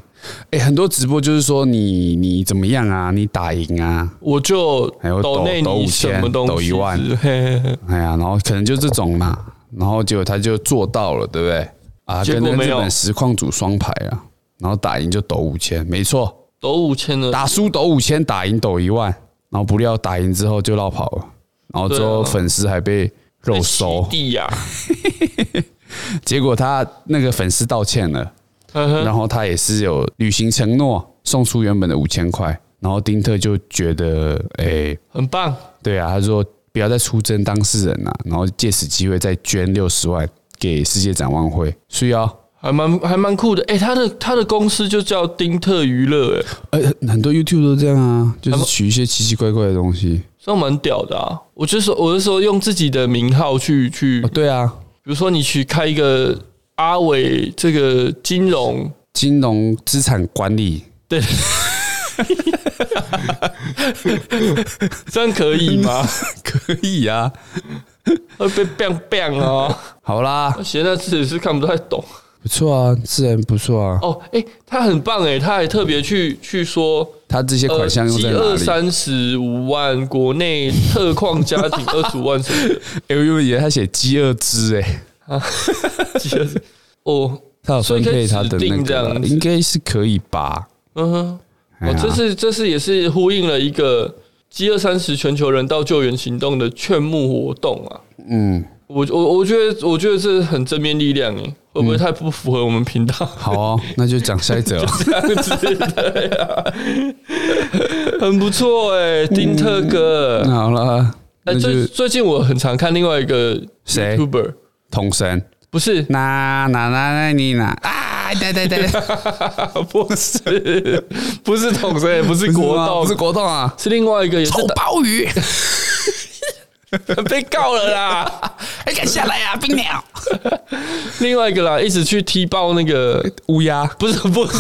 Speaker 2: 哎、很多直播就是说你你怎么样啊，你打赢啊，
Speaker 1: 我就
Speaker 2: 哎我抖
Speaker 1: 抖内
Speaker 2: 抖
Speaker 1: 你
Speaker 2: 五
Speaker 1: 什
Speaker 2: 千
Speaker 1: 么东西，
Speaker 2: 抖一万
Speaker 1: 是嘿嘿嘿
Speaker 2: 哎呀，然后可能就这种嘛，然后结果他就做到了，对不对？啊，
Speaker 1: 结
Speaker 2: 跟
Speaker 1: 果
Speaker 2: 那个
Speaker 1: 没
Speaker 2: 日
Speaker 1: 有
Speaker 2: 本实况组双排啊，然后打赢就抖五千，没错，
Speaker 1: 抖五千了，
Speaker 2: 打输抖五千，打赢抖一万，然后不料打赢之后就绕跑了，然后之
Speaker 1: 对
Speaker 2: 后
Speaker 1: 啊
Speaker 2: 粉丝还被肉收，
Speaker 1: 地啊呀、
Speaker 2: 结果他那个粉丝道歉了。
Speaker 1: 呵呵
Speaker 2: 然后他也是有履行承诺，送出原本的五千块。然后丁特就觉得，哎、
Speaker 1: 很棒，
Speaker 2: 对啊，他说不要再出征当事人了、然后借此机会再捐六十万给世界展望会。所以啊、
Speaker 1: 还蛮还蛮酷的。哎、他的他的公司就叫丁特娱乐，哎，
Speaker 2: 呃，很多 YouTube 都这样啊，就是取一些奇奇怪怪的东西。
Speaker 1: 算蛮屌的啊。我就说，我是说用自己的名号去去，
Speaker 2: 哦，
Speaker 1: 比
Speaker 2: 对啊，
Speaker 1: 如说你去开一个阿伟这个金融，
Speaker 2: 金融资产管理
Speaker 1: 对。 这样可以吗？
Speaker 2: 可以啊。
Speaker 1: 会被 bang bang 哦！
Speaker 2: 好啦，
Speaker 1: 写那字也是看不太懂。
Speaker 2: 不错啊，自然不错啊。
Speaker 1: 哦，哎、他很棒哎，他还特别去去说，呃
Speaker 2: 他这些款项用在哪
Speaker 1: 二
Speaker 2: 里？
Speaker 1: 三十五万，国内特矿家 庭二十五万啊什么
Speaker 2: 哎、我以为以为他写饥饿之哎、
Speaker 1: 的，饥饿哦，
Speaker 2: 他有分配他的
Speaker 1: 所以可以指
Speaker 2: 那
Speaker 1: 定这
Speaker 2: 个
Speaker 1: 样
Speaker 2: 啦，
Speaker 1: 子
Speaker 2: 应该是可以吧？
Speaker 1: 嗯哼，
Speaker 2: 哎
Speaker 1: 哦
Speaker 2: 呀，
Speaker 1: 这是这是也是呼应了一个饥饿三十全球人道救援行动的劝募活动啊。
Speaker 2: 嗯，
Speaker 1: 我我我觉得我觉得这很正面力量哎，会
Speaker 2: 嗯
Speaker 1: 不会太不符合我们频道？
Speaker 2: 好哦，那就讲下一则了。
Speaker 1: 这样子的呀， 很不错哎，丁特哥。
Speaker 2: 那好了，
Speaker 1: 哎、
Speaker 2: 嗯那就
Speaker 1: 最最近我很常看另外一个
Speaker 2: 谁
Speaker 1: YouTuber，
Speaker 2: 童神，
Speaker 1: 不是
Speaker 2: 那那那那你那啊，对对对，
Speaker 1: 啊不是， 不是统神，也不是国
Speaker 2: 吗
Speaker 1: 道，
Speaker 2: 不是
Speaker 1: 是
Speaker 2: 国栋啊，
Speaker 1: 另外一个也是
Speaker 2: 臭鲍鱼，
Speaker 1: 被告了啦，
Speaker 2: 还敢下来啊，冰鸟，
Speaker 1: 另外一个啦，一直去踢爆那个，
Speaker 2: 乌鸦
Speaker 1: 不是不是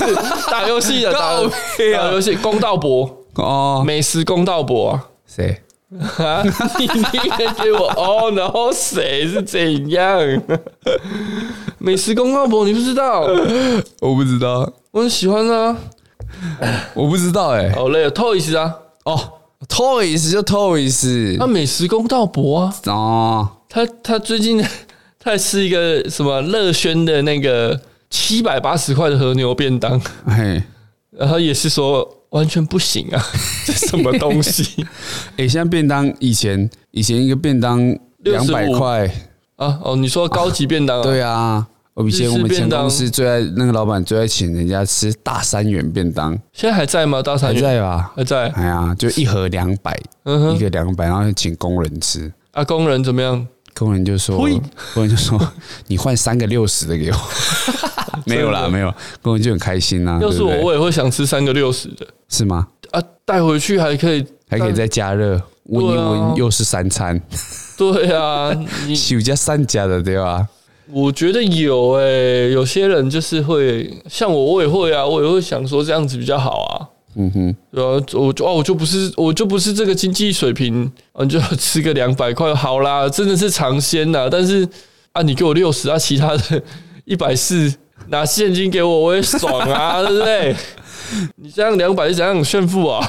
Speaker 1: 打游戏的，打
Speaker 2: 告别啊
Speaker 1: 打游戏公道博，
Speaker 2: 哦，
Speaker 1: 美食公道博啊。
Speaker 2: 谁？
Speaker 1: 啊！ 你你也给我哦，然后谁是怎样？美食公道博你不知道，
Speaker 2: 我不知道，
Speaker 1: 我很喜欢啊，
Speaker 2: 我不知道哎。
Speaker 1: 好累啊，Toys 啊，
Speaker 2: 哦，Toys 就
Speaker 1: 他
Speaker 2: Toys
Speaker 1: 美食公道博啊，
Speaker 2: 哦，
Speaker 1: 他他最近 他吃一个什么乐轩的那个七百八十块的和牛便当，
Speaker 2: 嘿，
Speaker 1: 然后也是说完全不行啊， 这什么东西
Speaker 2: 哎，现在便当以前以前一个便当两百
Speaker 1: 65
Speaker 2: 块，
Speaker 1: 啊？哦，你说高级便当、啊？
Speaker 2: 对啊。我以前我们前
Speaker 1: 便当
Speaker 2: 公司最爱那个老板最爱请人家吃大三元便当，
Speaker 1: 现在还在吗？大
Speaker 2: 还
Speaker 1: 餐
Speaker 2: 在吧？
Speaker 1: 还在。
Speaker 2: 哎呀，就一盒两百，
Speaker 1: 嗯
Speaker 2: 一
Speaker 1: 哼，
Speaker 2: 个两百，然后请工人吃。
Speaker 1: 啊，工人怎么样？
Speaker 2: 工人就说，
Speaker 1: 呸
Speaker 2: 工人就说 你换三个六十 的给我，没有啦，没有，工人就很开心呐、啊，
Speaker 1: 要是
Speaker 2: 对
Speaker 1: 我，
Speaker 2: 不对
Speaker 1: 我也会想吃三个六十的
Speaker 2: 是吗？
Speaker 1: 啊，带回去还可以，
Speaker 2: 还可以再加热，闻一
Speaker 1: 对啊
Speaker 2: 闻又是三 餐，
Speaker 1: 对啊，你
Speaker 2: 有加三家的对吧？
Speaker 1: 我觉得有诶、有些人就是会像我，我也会啊，我也会想说这样子比较好啊。
Speaker 2: 嗯哼，
Speaker 1: 对啊，我就哦，我就不是，我就不是这个经济水平， 啊、你就吃个两百块好啦，真的是尝鲜呐。但是啊，你给我六十啊，其他的 一百四拿现金给我，我也爽啊， 对不对？你这样两百是怎样炫富啊？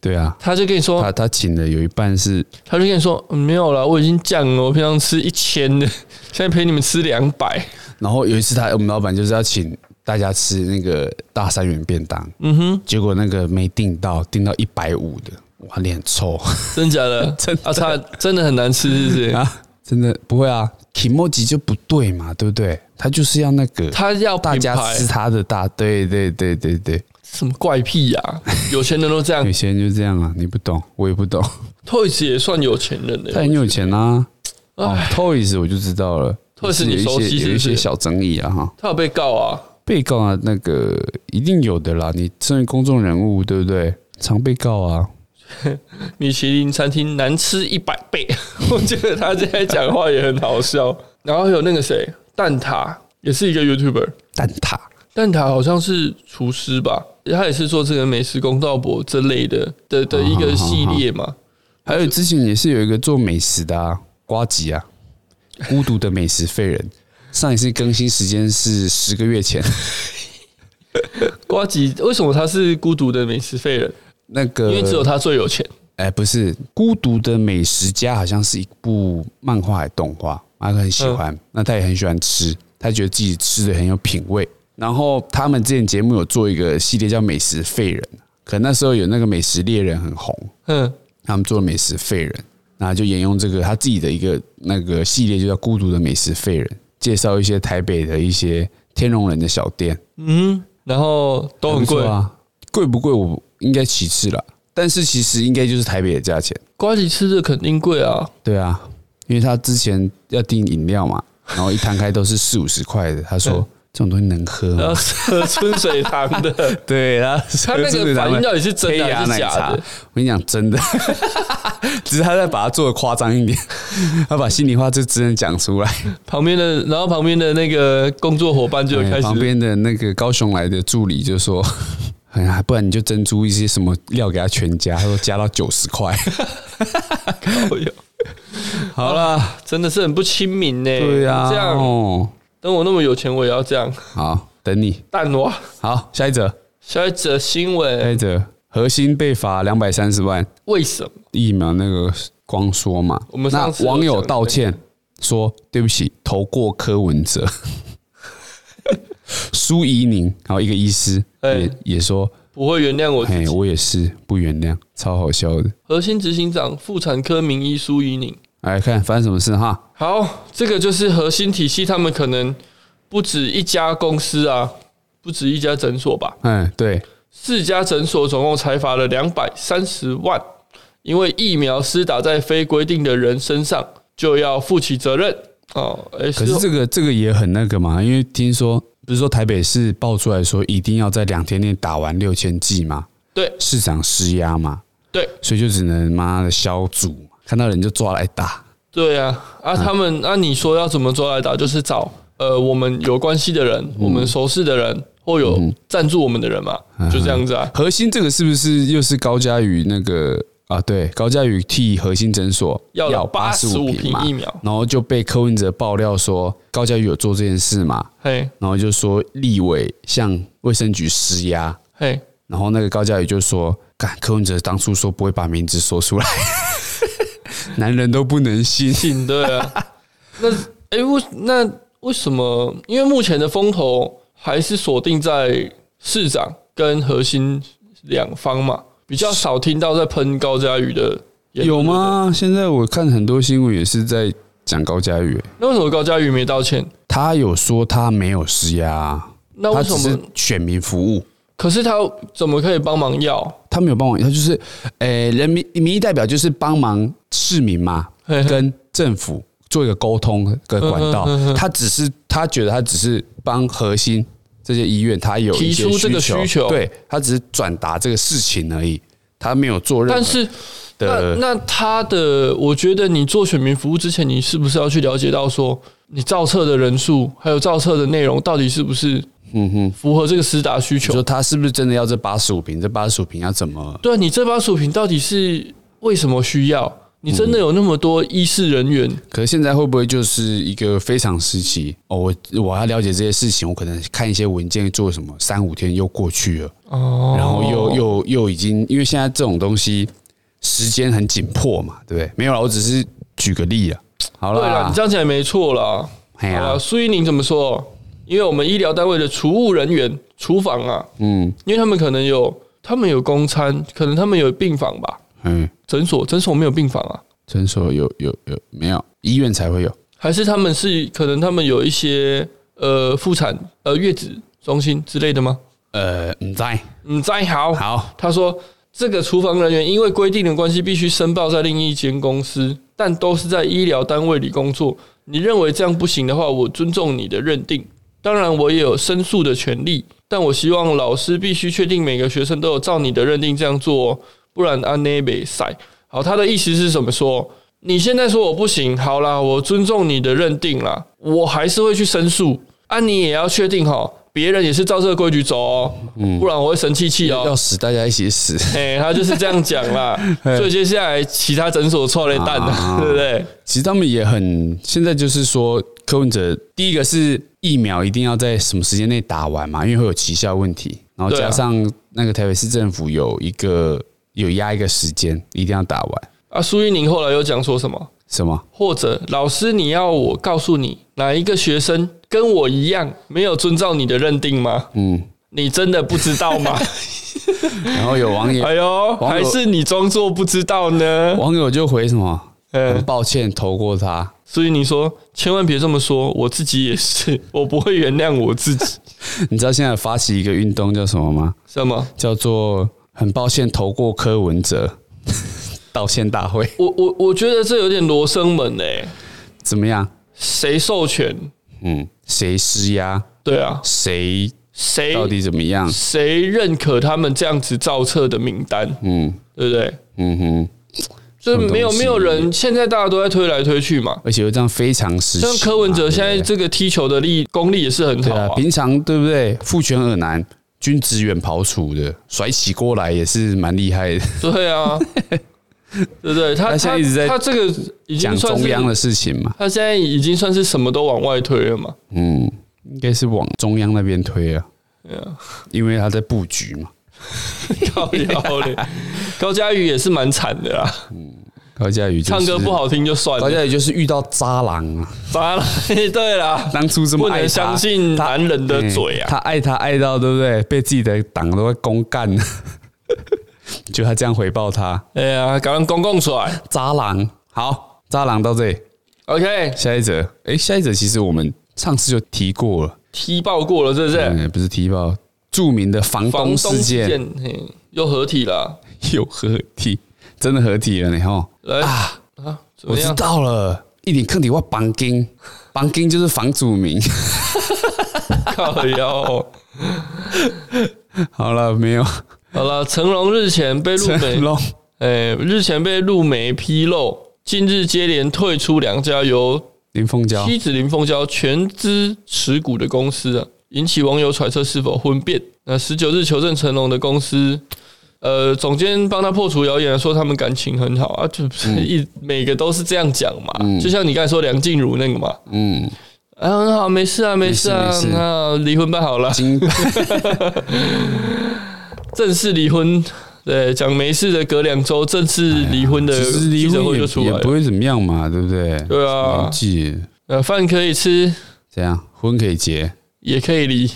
Speaker 2: 对啊，
Speaker 1: 他就跟你说，
Speaker 2: 他他请的有一半是
Speaker 1: 他就跟你说、嗯没有啦，我已经降了，我平常吃一千的， 现在陪你们吃两百。
Speaker 2: 然后有一次他我们老板就是要请大家吃那个大三元便当，
Speaker 1: 嗯哼，
Speaker 2: 结果那个没订到，订到一百五的，哇，脸臭
Speaker 1: 真假的？
Speaker 2: 真的
Speaker 1: 啊，他真的很难吃，是不是？
Speaker 2: 啊！真的不会啊 k i m o j i 就不对嘛，对不对？他就是要那个
Speaker 1: 他要品
Speaker 2: 大
Speaker 1: 牌
Speaker 2: 家吃他的大，对对对对对，
Speaker 1: 什么怪癖呀、 有钱人都这样
Speaker 2: 有些人就这样啊，你不懂，我也不懂，
Speaker 1: ，Toys 也算有钱人呢、
Speaker 2: 他很有钱啊。哦，Toys 我就知道了
Speaker 1: Toys
Speaker 2: 有一
Speaker 1: 你熟
Speaker 2: 些
Speaker 1: 悉是不是
Speaker 2: 有一些小争议啊哈。
Speaker 1: 他有被告啊，
Speaker 2: 被告啊，那个一定有的啦。你身为公众人物，对不对？常被告啊，
Speaker 1: 米其林餐厅难吃一百倍。 我觉得他现在讲话也很好笑。然后还有那个谁，蛋挞也是一个 YouTuber，
Speaker 2: 蛋挞
Speaker 1: 蛋挞好像是厨师吧，他也是做这个美食公道博这类的的的一
Speaker 2: 啊
Speaker 1: 个系列嘛。
Speaker 2: 还有之前也是有一个做美食的啊，瓜吉啊，孤独的美食废人。上一次更新时间是十个月前，
Speaker 1: 瓜吉为什么他是孤独的美食废人？
Speaker 2: 那
Speaker 1: 因
Speaker 2: 个
Speaker 1: 为只有他最有钱。
Speaker 2: 哎、不是《孤独的美食家》，好像是一部漫画还是动画，马克很喜
Speaker 1: 嗯
Speaker 2: 欢，那他也很喜欢吃，他觉得自己吃的很有品味。然后他们之前节目有做一个系列叫《美食废人》，可那时候有那个美食猎人很红，
Speaker 1: 嗯，
Speaker 2: 他们做美食废人，然后就沿用这个他自己的一个那个系列，就叫《孤独的美食废人》，介绍一些台北的一些天龙人的小店，
Speaker 1: 嗯，然后都很
Speaker 2: 不
Speaker 1: 贵
Speaker 2: 错。啊，贵不贵我应该其次啦，但是其实应该就是台北的价钱。
Speaker 1: 瓜吉吃的肯定贵啊，
Speaker 2: 对啊，因为他之前要订饮料嘛，然后一摊开都是四五十块的，他说这种东西能喝
Speaker 1: 然
Speaker 2: 吗，
Speaker 1: 后？ 喝春水堂的
Speaker 2: 对啊，
Speaker 1: 他那个反应到底是真的还是假的？
Speaker 2: 我跟你讲，真 的，只是他在把它做的夸张一点，他把心里话就只能讲出来。
Speaker 1: 旁边的，然后旁边的那个工作伙伴就开
Speaker 2: 哎旁
Speaker 1: 始，
Speaker 2: 边的那个高雄来的助理就说：“ 哎呀，不然你就珍珠一些什么料给他全加。”他说加到九十 块。
Speaker 1: 哎呦
Speaker 2: 好了，
Speaker 1: 真的是很不亲民呢。
Speaker 2: 对啊，
Speaker 1: 哎这样
Speaker 2: 哦，
Speaker 1: 等我那么有钱，我也要这样
Speaker 2: 好，等你。
Speaker 1: 蛋娃。
Speaker 2: 好，下一则。
Speaker 1: 下一则新闻，
Speaker 2: 挨着核心被罚两百三十万，
Speaker 1: 为什么？
Speaker 2: 疫苗那个光说嘛，
Speaker 1: 我们
Speaker 2: 那
Speaker 1: 上次有
Speaker 2: 网友
Speaker 1: 讲
Speaker 2: 道歉说对不起，投过柯文 哲，苏怡宁，然后一个医师
Speaker 1: 哎
Speaker 2: 也也说，
Speaker 1: 不会原谅我自
Speaker 2: 哎，
Speaker 1: 己。
Speaker 2: 我也是不原谅，超好笑的。
Speaker 1: 核心执行长妇产科名医苏怡宁，
Speaker 2: 来看发生什么事哈？
Speaker 1: 好，这个就是核心体系，他们可能不止一家公司啊，不止一家诊所吧。
Speaker 2: 嗯，对，
Speaker 1: 四家诊所总共裁罚了两百三十万，因为疫苗施打在非规定的人身上，就要负起责任哦。哎、
Speaker 2: 可是这个这个也很那个嘛，因为听说不是说台北市爆出来说一定要在两天内打完六千剂嘛，
Speaker 1: 对
Speaker 2: 市场施压嘛，
Speaker 1: 对
Speaker 2: 所以就只能妈的消毒，看到人就抓来打。
Speaker 1: 对啊，
Speaker 2: 嗯
Speaker 1: 啊，他们那、啊你说要怎么抓来打？就是找呃我们有关系的
Speaker 2: 嗯
Speaker 1: 人，我们熟识的人，或有赞助我们的人嘛，就这样子 啊。
Speaker 2: 核心这个是不是又是高佳宇那个啊？对，高佳宇替核心诊所
Speaker 1: 要了
Speaker 2: 85
Speaker 1: 85
Speaker 2: 嘛
Speaker 1: 瓶疫苗
Speaker 2: 然后就被柯文哲爆料说高佳宇有做这件事嘛，
Speaker 1: 嘿，
Speaker 2: 然后就说立委向卫生局施压，
Speaker 1: 嘿，
Speaker 2: 然后那个高佳宇就说，干柯文哲当初说不会把名字说出来， 男人都不能信。
Speaker 1: 挺对啊。那哎、为那为什么？因为目前的风头还是锁定在市长跟核心两方嘛，比较少听到在喷高嘉瑜的。
Speaker 2: 有？吗？现在我看很多新闻也是在讲高佳宇、欸
Speaker 1: 那为什么高嘉瑜没道歉？
Speaker 2: 他有说他没有施压啊，
Speaker 1: 那
Speaker 2: 他
Speaker 1: 为
Speaker 2: 只
Speaker 1: 什
Speaker 2: 是
Speaker 1: 么？
Speaker 2: 选民服务，
Speaker 1: 可是他怎么可以帮忙要？
Speaker 2: 他没有帮忙，他就是，呃，人民民意代表就是帮忙市民嘛，
Speaker 1: 嘿嘿
Speaker 2: 跟政府做一个沟通的管
Speaker 1: 嗯
Speaker 2: 道，他只是他觉得他只是帮核心这些医院，他有一些
Speaker 1: 提出这个需求
Speaker 2: 对他只是转达这个事情而已，他没有做任
Speaker 1: 但
Speaker 2: 何
Speaker 1: 是那
Speaker 2: 的
Speaker 1: 那他的，我觉得你做选民服务之前，你是不是要去了解到说，你造册的人数还有造册的内容到底是不是
Speaker 2: 嗯哼，
Speaker 1: 符合这个施打需
Speaker 2: 你
Speaker 1: 求？
Speaker 2: 说他是不是真的要这八十五平？这八十五平要怎么？
Speaker 1: 对啊，你这把薯瓶到底是为什么需要？你真的有那么多医事人员？
Speaker 2: 可是现在会不会就是一个非常时期？哦，我我要了解这些事情，我可能看一些文件做什么，三五天又过去了，
Speaker 1: 哦
Speaker 2: 然后又又又已经，因为现在这种东西时间很紧迫嘛，对不对？没有啦，我只是举个例啊。好
Speaker 1: 对了，
Speaker 2: 啦
Speaker 1: 你，这样讲也没错啦。好
Speaker 2: 哎呀
Speaker 1: 啦，，苏一宁怎么说？因为我们医疗单位的厨务人员、厨房啊，
Speaker 2: 嗯
Speaker 1: 因为他们可能有，他们有公餐，可能他们有病房吧，
Speaker 2: 嗯，
Speaker 1: 诊所诊所没有病房啊，
Speaker 2: 诊所有有有没有？医院才会有，
Speaker 1: 还是他们是可能他们有一些呃妇产呃月子中心之类的吗？
Speaker 2: 呃，唔在
Speaker 1: 嗯，再好，
Speaker 2: 好，
Speaker 1: 他说，这个厨房人员因为规定的关系，必须申报在另一间公司，但都是在医疗单位里工作。你认为这样不行的话，我尊重你的认定。当然，我也有申诉的权利，但我希望老师必须确定每个学生都有照你的认定这样做、哦，不然安内北塞。好，他的意思是怎么说？你现在说我不行，好啦，我尊重你的认定啦，我还是会去申诉。啊，你也要确定哈，别人也是照这个规矩走哦，不然我会生气气哦。
Speaker 2: 要死大家一起死。
Speaker 1: 哎、他就是这样讲 啦。所以接下来其他诊所错了蛋
Speaker 2: 啊
Speaker 1: 了， 对不对？
Speaker 2: 其实他们也很，现在就是说，柯文哲第一个是疫苗一定要在什么时间内打完嘛，因为会有奇效问题，然后
Speaker 1: 对啊
Speaker 2: 加上那个台北市政府有一个有压一个时间，一定要打完，
Speaker 1: 啊，苏一宁后来又讲说什么？
Speaker 2: 什么？
Speaker 1: 或者老师，你要我告诉你哪一个学生跟我一样没有遵照你的认定吗？
Speaker 2: 嗯，
Speaker 1: 你真的不知道 吗？
Speaker 2: 然后有网友
Speaker 1: 哎呦，
Speaker 2: 网
Speaker 1: 还
Speaker 2: 友
Speaker 1: 是你装作不知道呢？
Speaker 2: 网友就回什么，很
Speaker 1: 嗯，
Speaker 2: 抱歉投过他，
Speaker 1: 所以你说千万别这么说，我自己也是，我不会原谅我自己。
Speaker 2: 你知道现在有发起一个运动叫什么吗？
Speaker 1: 什么？
Speaker 2: 叫做很抱歉投过柯文哲 道歉大会，
Speaker 1: 我我我觉得这有点罗生门嘞、
Speaker 2: 怎么样？
Speaker 1: 谁授权？
Speaker 2: 嗯，谁施压？
Speaker 1: 对啊，
Speaker 2: 谁
Speaker 1: 谁
Speaker 2: 到底怎么
Speaker 1: 哎
Speaker 2: 样？
Speaker 1: 谁认可他们这样子造册的名单，
Speaker 2: 嗯
Speaker 1: 对不对？
Speaker 2: 嗯哼，
Speaker 1: 所以
Speaker 2: 什么东西
Speaker 1: 没有没有人，现在大家都在推来推去嘛。
Speaker 2: 而且又这样非常时期嘛。
Speaker 1: 像柯文哲现在
Speaker 2: 啊对不
Speaker 1: 这个踢球的力功力也是很
Speaker 2: 对
Speaker 1: 好
Speaker 2: 对啊，
Speaker 1: 啊，
Speaker 2: 平常对不对？父权二男，军职远庖厨的，甩起锅来也是蛮厉害的，
Speaker 1: 对啊，对不对？他
Speaker 2: 他现在一直在
Speaker 1: 他他这个已经
Speaker 2: 讲
Speaker 1: 算
Speaker 2: 中
Speaker 1: 是
Speaker 2: 央的事情嘛。
Speaker 1: 他现在已经算是什么都往外推了 嘛。
Speaker 2: 嗯，应该是往中央那边推啊，
Speaker 1: 对啊，
Speaker 2: 因为他在布局嘛。啊
Speaker 1: 高腰嘞，高佳宇也是蛮惨的啦，
Speaker 2: 高嘉瑜、就
Speaker 1: 唱
Speaker 2: 是、
Speaker 1: 歌不，好听就算
Speaker 2: 高
Speaker 1: 了，
Speaker 2: 嘉瑜就是遇到渣男啊，
Speaker 1: 砸了，对啦，
Speaker 2: 当初这么
Speaker 1: 不
Speaker 2: 爱
Speaker 1: 能
Speaker 2: 他
Speaker 1: 相信男人的嘴
Speaker 2: 哎
Speaker 1: 啊。
Speaker 2: 他爱他爱到对不对？被自己的党都会公干， 就他这样回报他，
Speaker 1: 哎呀，赶快公共出来
Speaker 2: 渣男。好，渣男到这里。
Speaker 1: ，OK，
Speaker 2: 下一则，诶，下一则其实我们上次就提过了，
Speaker 1: 踢爆过了，是不是？
Speaker 2: 嗯，不是提到著名的房
Speaker 1: 房
Speaker 2: 东
Speaker 1: 东
Speaker 2: 事件
Speaker 1: 件嘿又合体了啊
Speaker 2: 有合体，真的合体了呢哈！
Speaker 1: 来啊怎
Speaker 2: 我
Speaker 1: 么
Speaker 2: 知
Speaker 1: 样？
Speaker 2: 道了，一点坑底我房金，房金就是房祖名。
Speaker 1: 靠腰哦、
Speaker 2: 好了，没有
Speaker 1: 好了，成龙日前被陆
Speaker 2: 成
Speaker 1: 媒，
Speaker 2: 龙，
Speaker 1: 哎、日前被陆媒披露，近日接连退出两家由
Speaker 2: 林凤娇
Speaker 1: 妻子林凤娇全资持股的公司啊，引起网友揣测是否婚变。那十九日求证成龙的公司。呃，总监帮他破除谣言，说他们感情很好啊，就是
Speaker 2: 嗯
Speaker 1: 一、每个都是这样讲嘛，就像你刚才说梁静茹那个嘛，
Speaker 2: 嗯，
Speaker 1: 啊，很好，没事啊，没事啊
Speaker 2: 没事，没事
Speaker 1: 那离婚办好了，
Speaker 2: 金
Speaker 1: 正式离婚。对，讲没事的，隔两周正式离婚的
Speaker 2: 其实离
Speaker 1: 记者
Speaker 2: 婚
Speaker 1: 会就
Speaker 2: 也
Speaker 1: 出
Speaker 2: 也
Speaker 1: 来
Speaker 2: 不
Speaker 1: 了。
Speaker 2: 会怎么样嘛，对不对？
Speaker 1: 对啊
Speaker 2: 年，纪
Speaker 1: 呃，饭可以吃，
Speaker 2: 怎样，婚可以结，
Speaker 1: 也可以 离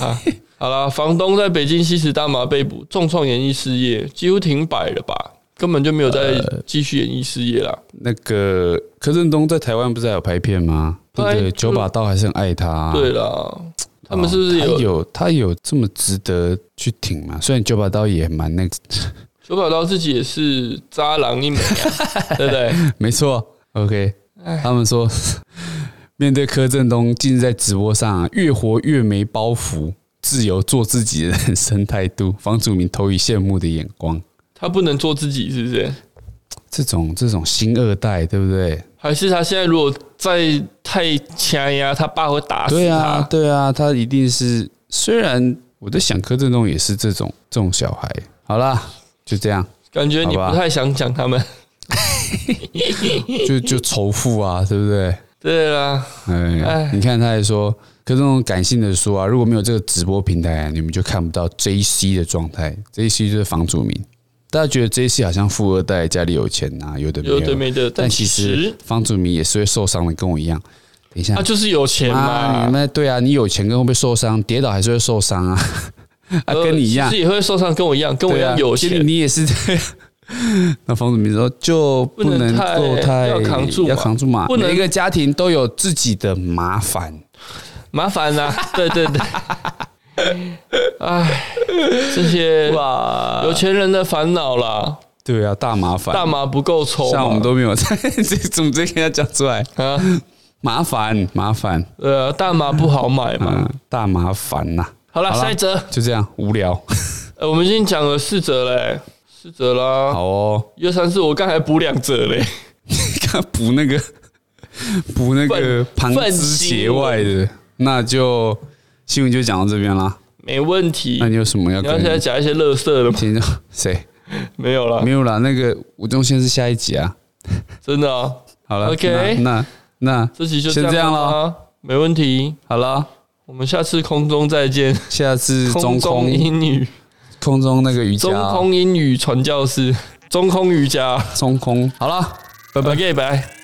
Speaker 1: 啊。好啦，房东在北京吸食大麻被捕，重创演艺事业，几乎停摆了吧？根本就没有再
Speaker 2: 呃
Speaker 1: 继续演艺事业啦。
Speaker 2: 那个柯震东在台湾不是还有拍片吗？
Speaker 1: 对
Speaker 2: 那个
Speaker 1: 就
Speaker 2: 九把刀还是很爱他、
Speaker 1: 对啦，他们是不是
Speaker 2: 啊哦
Speaker 1: 有
Speaker 2: 他有他有这么值得去挺吗？虽然九把刀也蛮那个，
Speaker 1: 九把刀自己也是渣郎一枚啊，对不对？
Speaker 2: 没错。OK，他们说， 面对柯震东近日在直播上、啊、越活越没包袱，自由做自己的人生态度，房祖名投以羡慕的眼光。
Speaker 1: 他不能做自己，是不是？
Speaker 2: 这种这种新二代，对不对？
Speaker 1: 还是他现在如果再太强压，他爸会打死他。
Speaker 2: 对啊，对啊，他一定是。虽然我在想，柯震东也是这种这种小孩。好啦，就这样，
Speaker 1: 感觉你
Speaker 2: 好吧
Speaker 1: 不太想讲他们。
Speaker 2: 就就仇富啊，对不对？
Speaker 1: 对啦，
Speaker 2: 哎
Speaker 1: 哎，
Speaker 2: 你看他还说，可是这种感性的说啊，如果没有这个直播平台、啊，你们就看不到 J C 的状态。J C 就是房祖名，大家觉得 J C 好像富二代，家里有钱啊，有的没有
Speaker 1: 有的没的，
Speaker 2: 但
Speaker 1: 但其
Speaker 2: 其实
Speaker 1: 实
Speaker 2: 房祖名也是会受伤的，跟我一样。等一下
Speaker 1: 他，就是有钱
Speaker 2: 啊，你
Speaker 1: 嘛，
Speaker 2: 们对啊，你有钱跟会不会受伤？跌倒还是会受伤啊，啊，跟你一样
Speaker 1: 自，呃己也会受伤，跟我一样， 跟我一
Speaker 2: 对啊
Speaker 1: 样，有
Speaker 2: 跟
Speaker 1: 钱。
Speaker 2: 你你也是这样。 那房祖名说就不
Speaker 1: 不
Speaker 2: 能够
Speaker 1: 能
Speaker 2: 太
Speaker 1: 太要扛住嘛
Speaker 2: 要扛住嘛。
Speaker 1: 不能
Speaker 2: 每一个家庭都有自己的麻烦，
Speaker 1: 麻烦啦、 对对对，哎，这些
Speaker 2: 哇，
Speaker 1: 有钱人的烦恼啦，
Speaker 2: 对啊，大麻烦，
Speaker 1: 大麻不够抽嘛，
Speaker 2: 像我们都没有在这怎么直接跟他讲出来？
Speaker 1: 啊，
Speaker 2: 麻烦，麻烦，
Speaker 1: 呃，大麻不好买嘛。
Speaker 2: 嗯，大麻烦呐、
Speaker 1: 好啦，
Speaker 2: 好啦
Speaker 1: 下一则，
Speaker 2: 就这样无聊。
Speaker 1: 呃，我们已经讲了四则嘞、四则啦，
Speaker 2: 好 哦，
Speaker 1: 一二三四，我刚才补两则嘞，
Speaker 2: 看补那个 补那个旁
Speaker 1: 愤
Speaker 2: 枝节外的，那就新闻就讲到这边啦。
Speaker 1: 没问题
Speaker 2: 那。你有什么要
Speaker 1: 嗯你要
Speaker 2: 跟
Speaker 1: 现在讲一些乐色了吗？
Speaker 2: 听众谁？
Speaker 1: 没有啦
Speaker 2: 没，有啦，那个吴宗宪是下一集啊。
Speaker 1: 真的啊，
Speaker 2: 好了
Speaker 1: OK
Speaker 2: 那那那
Speaker 1: 这集就
Speaker 2: 先
Speaker 1: 这
Speaker 2: 这
Speaker 1: 样
Speaker 2: 样
Speaker 1: 了，啊没问题。
Speaker 2: 好了，
Speaker 1: 我们下次空中再 见，
Speaker 2: 下次中
Speaker 1: 空中
Speaker 2: 空
Speaker 1: 英语。
Speaker 2: 空中那个瑜伽
Speaker 1: 中
Speaker 2: 啊
Speaker 1: 空英语传教士，中空瑜伽。
Speaker 2: 中空，好了，拜拜。
Speaker 1: OK，拜。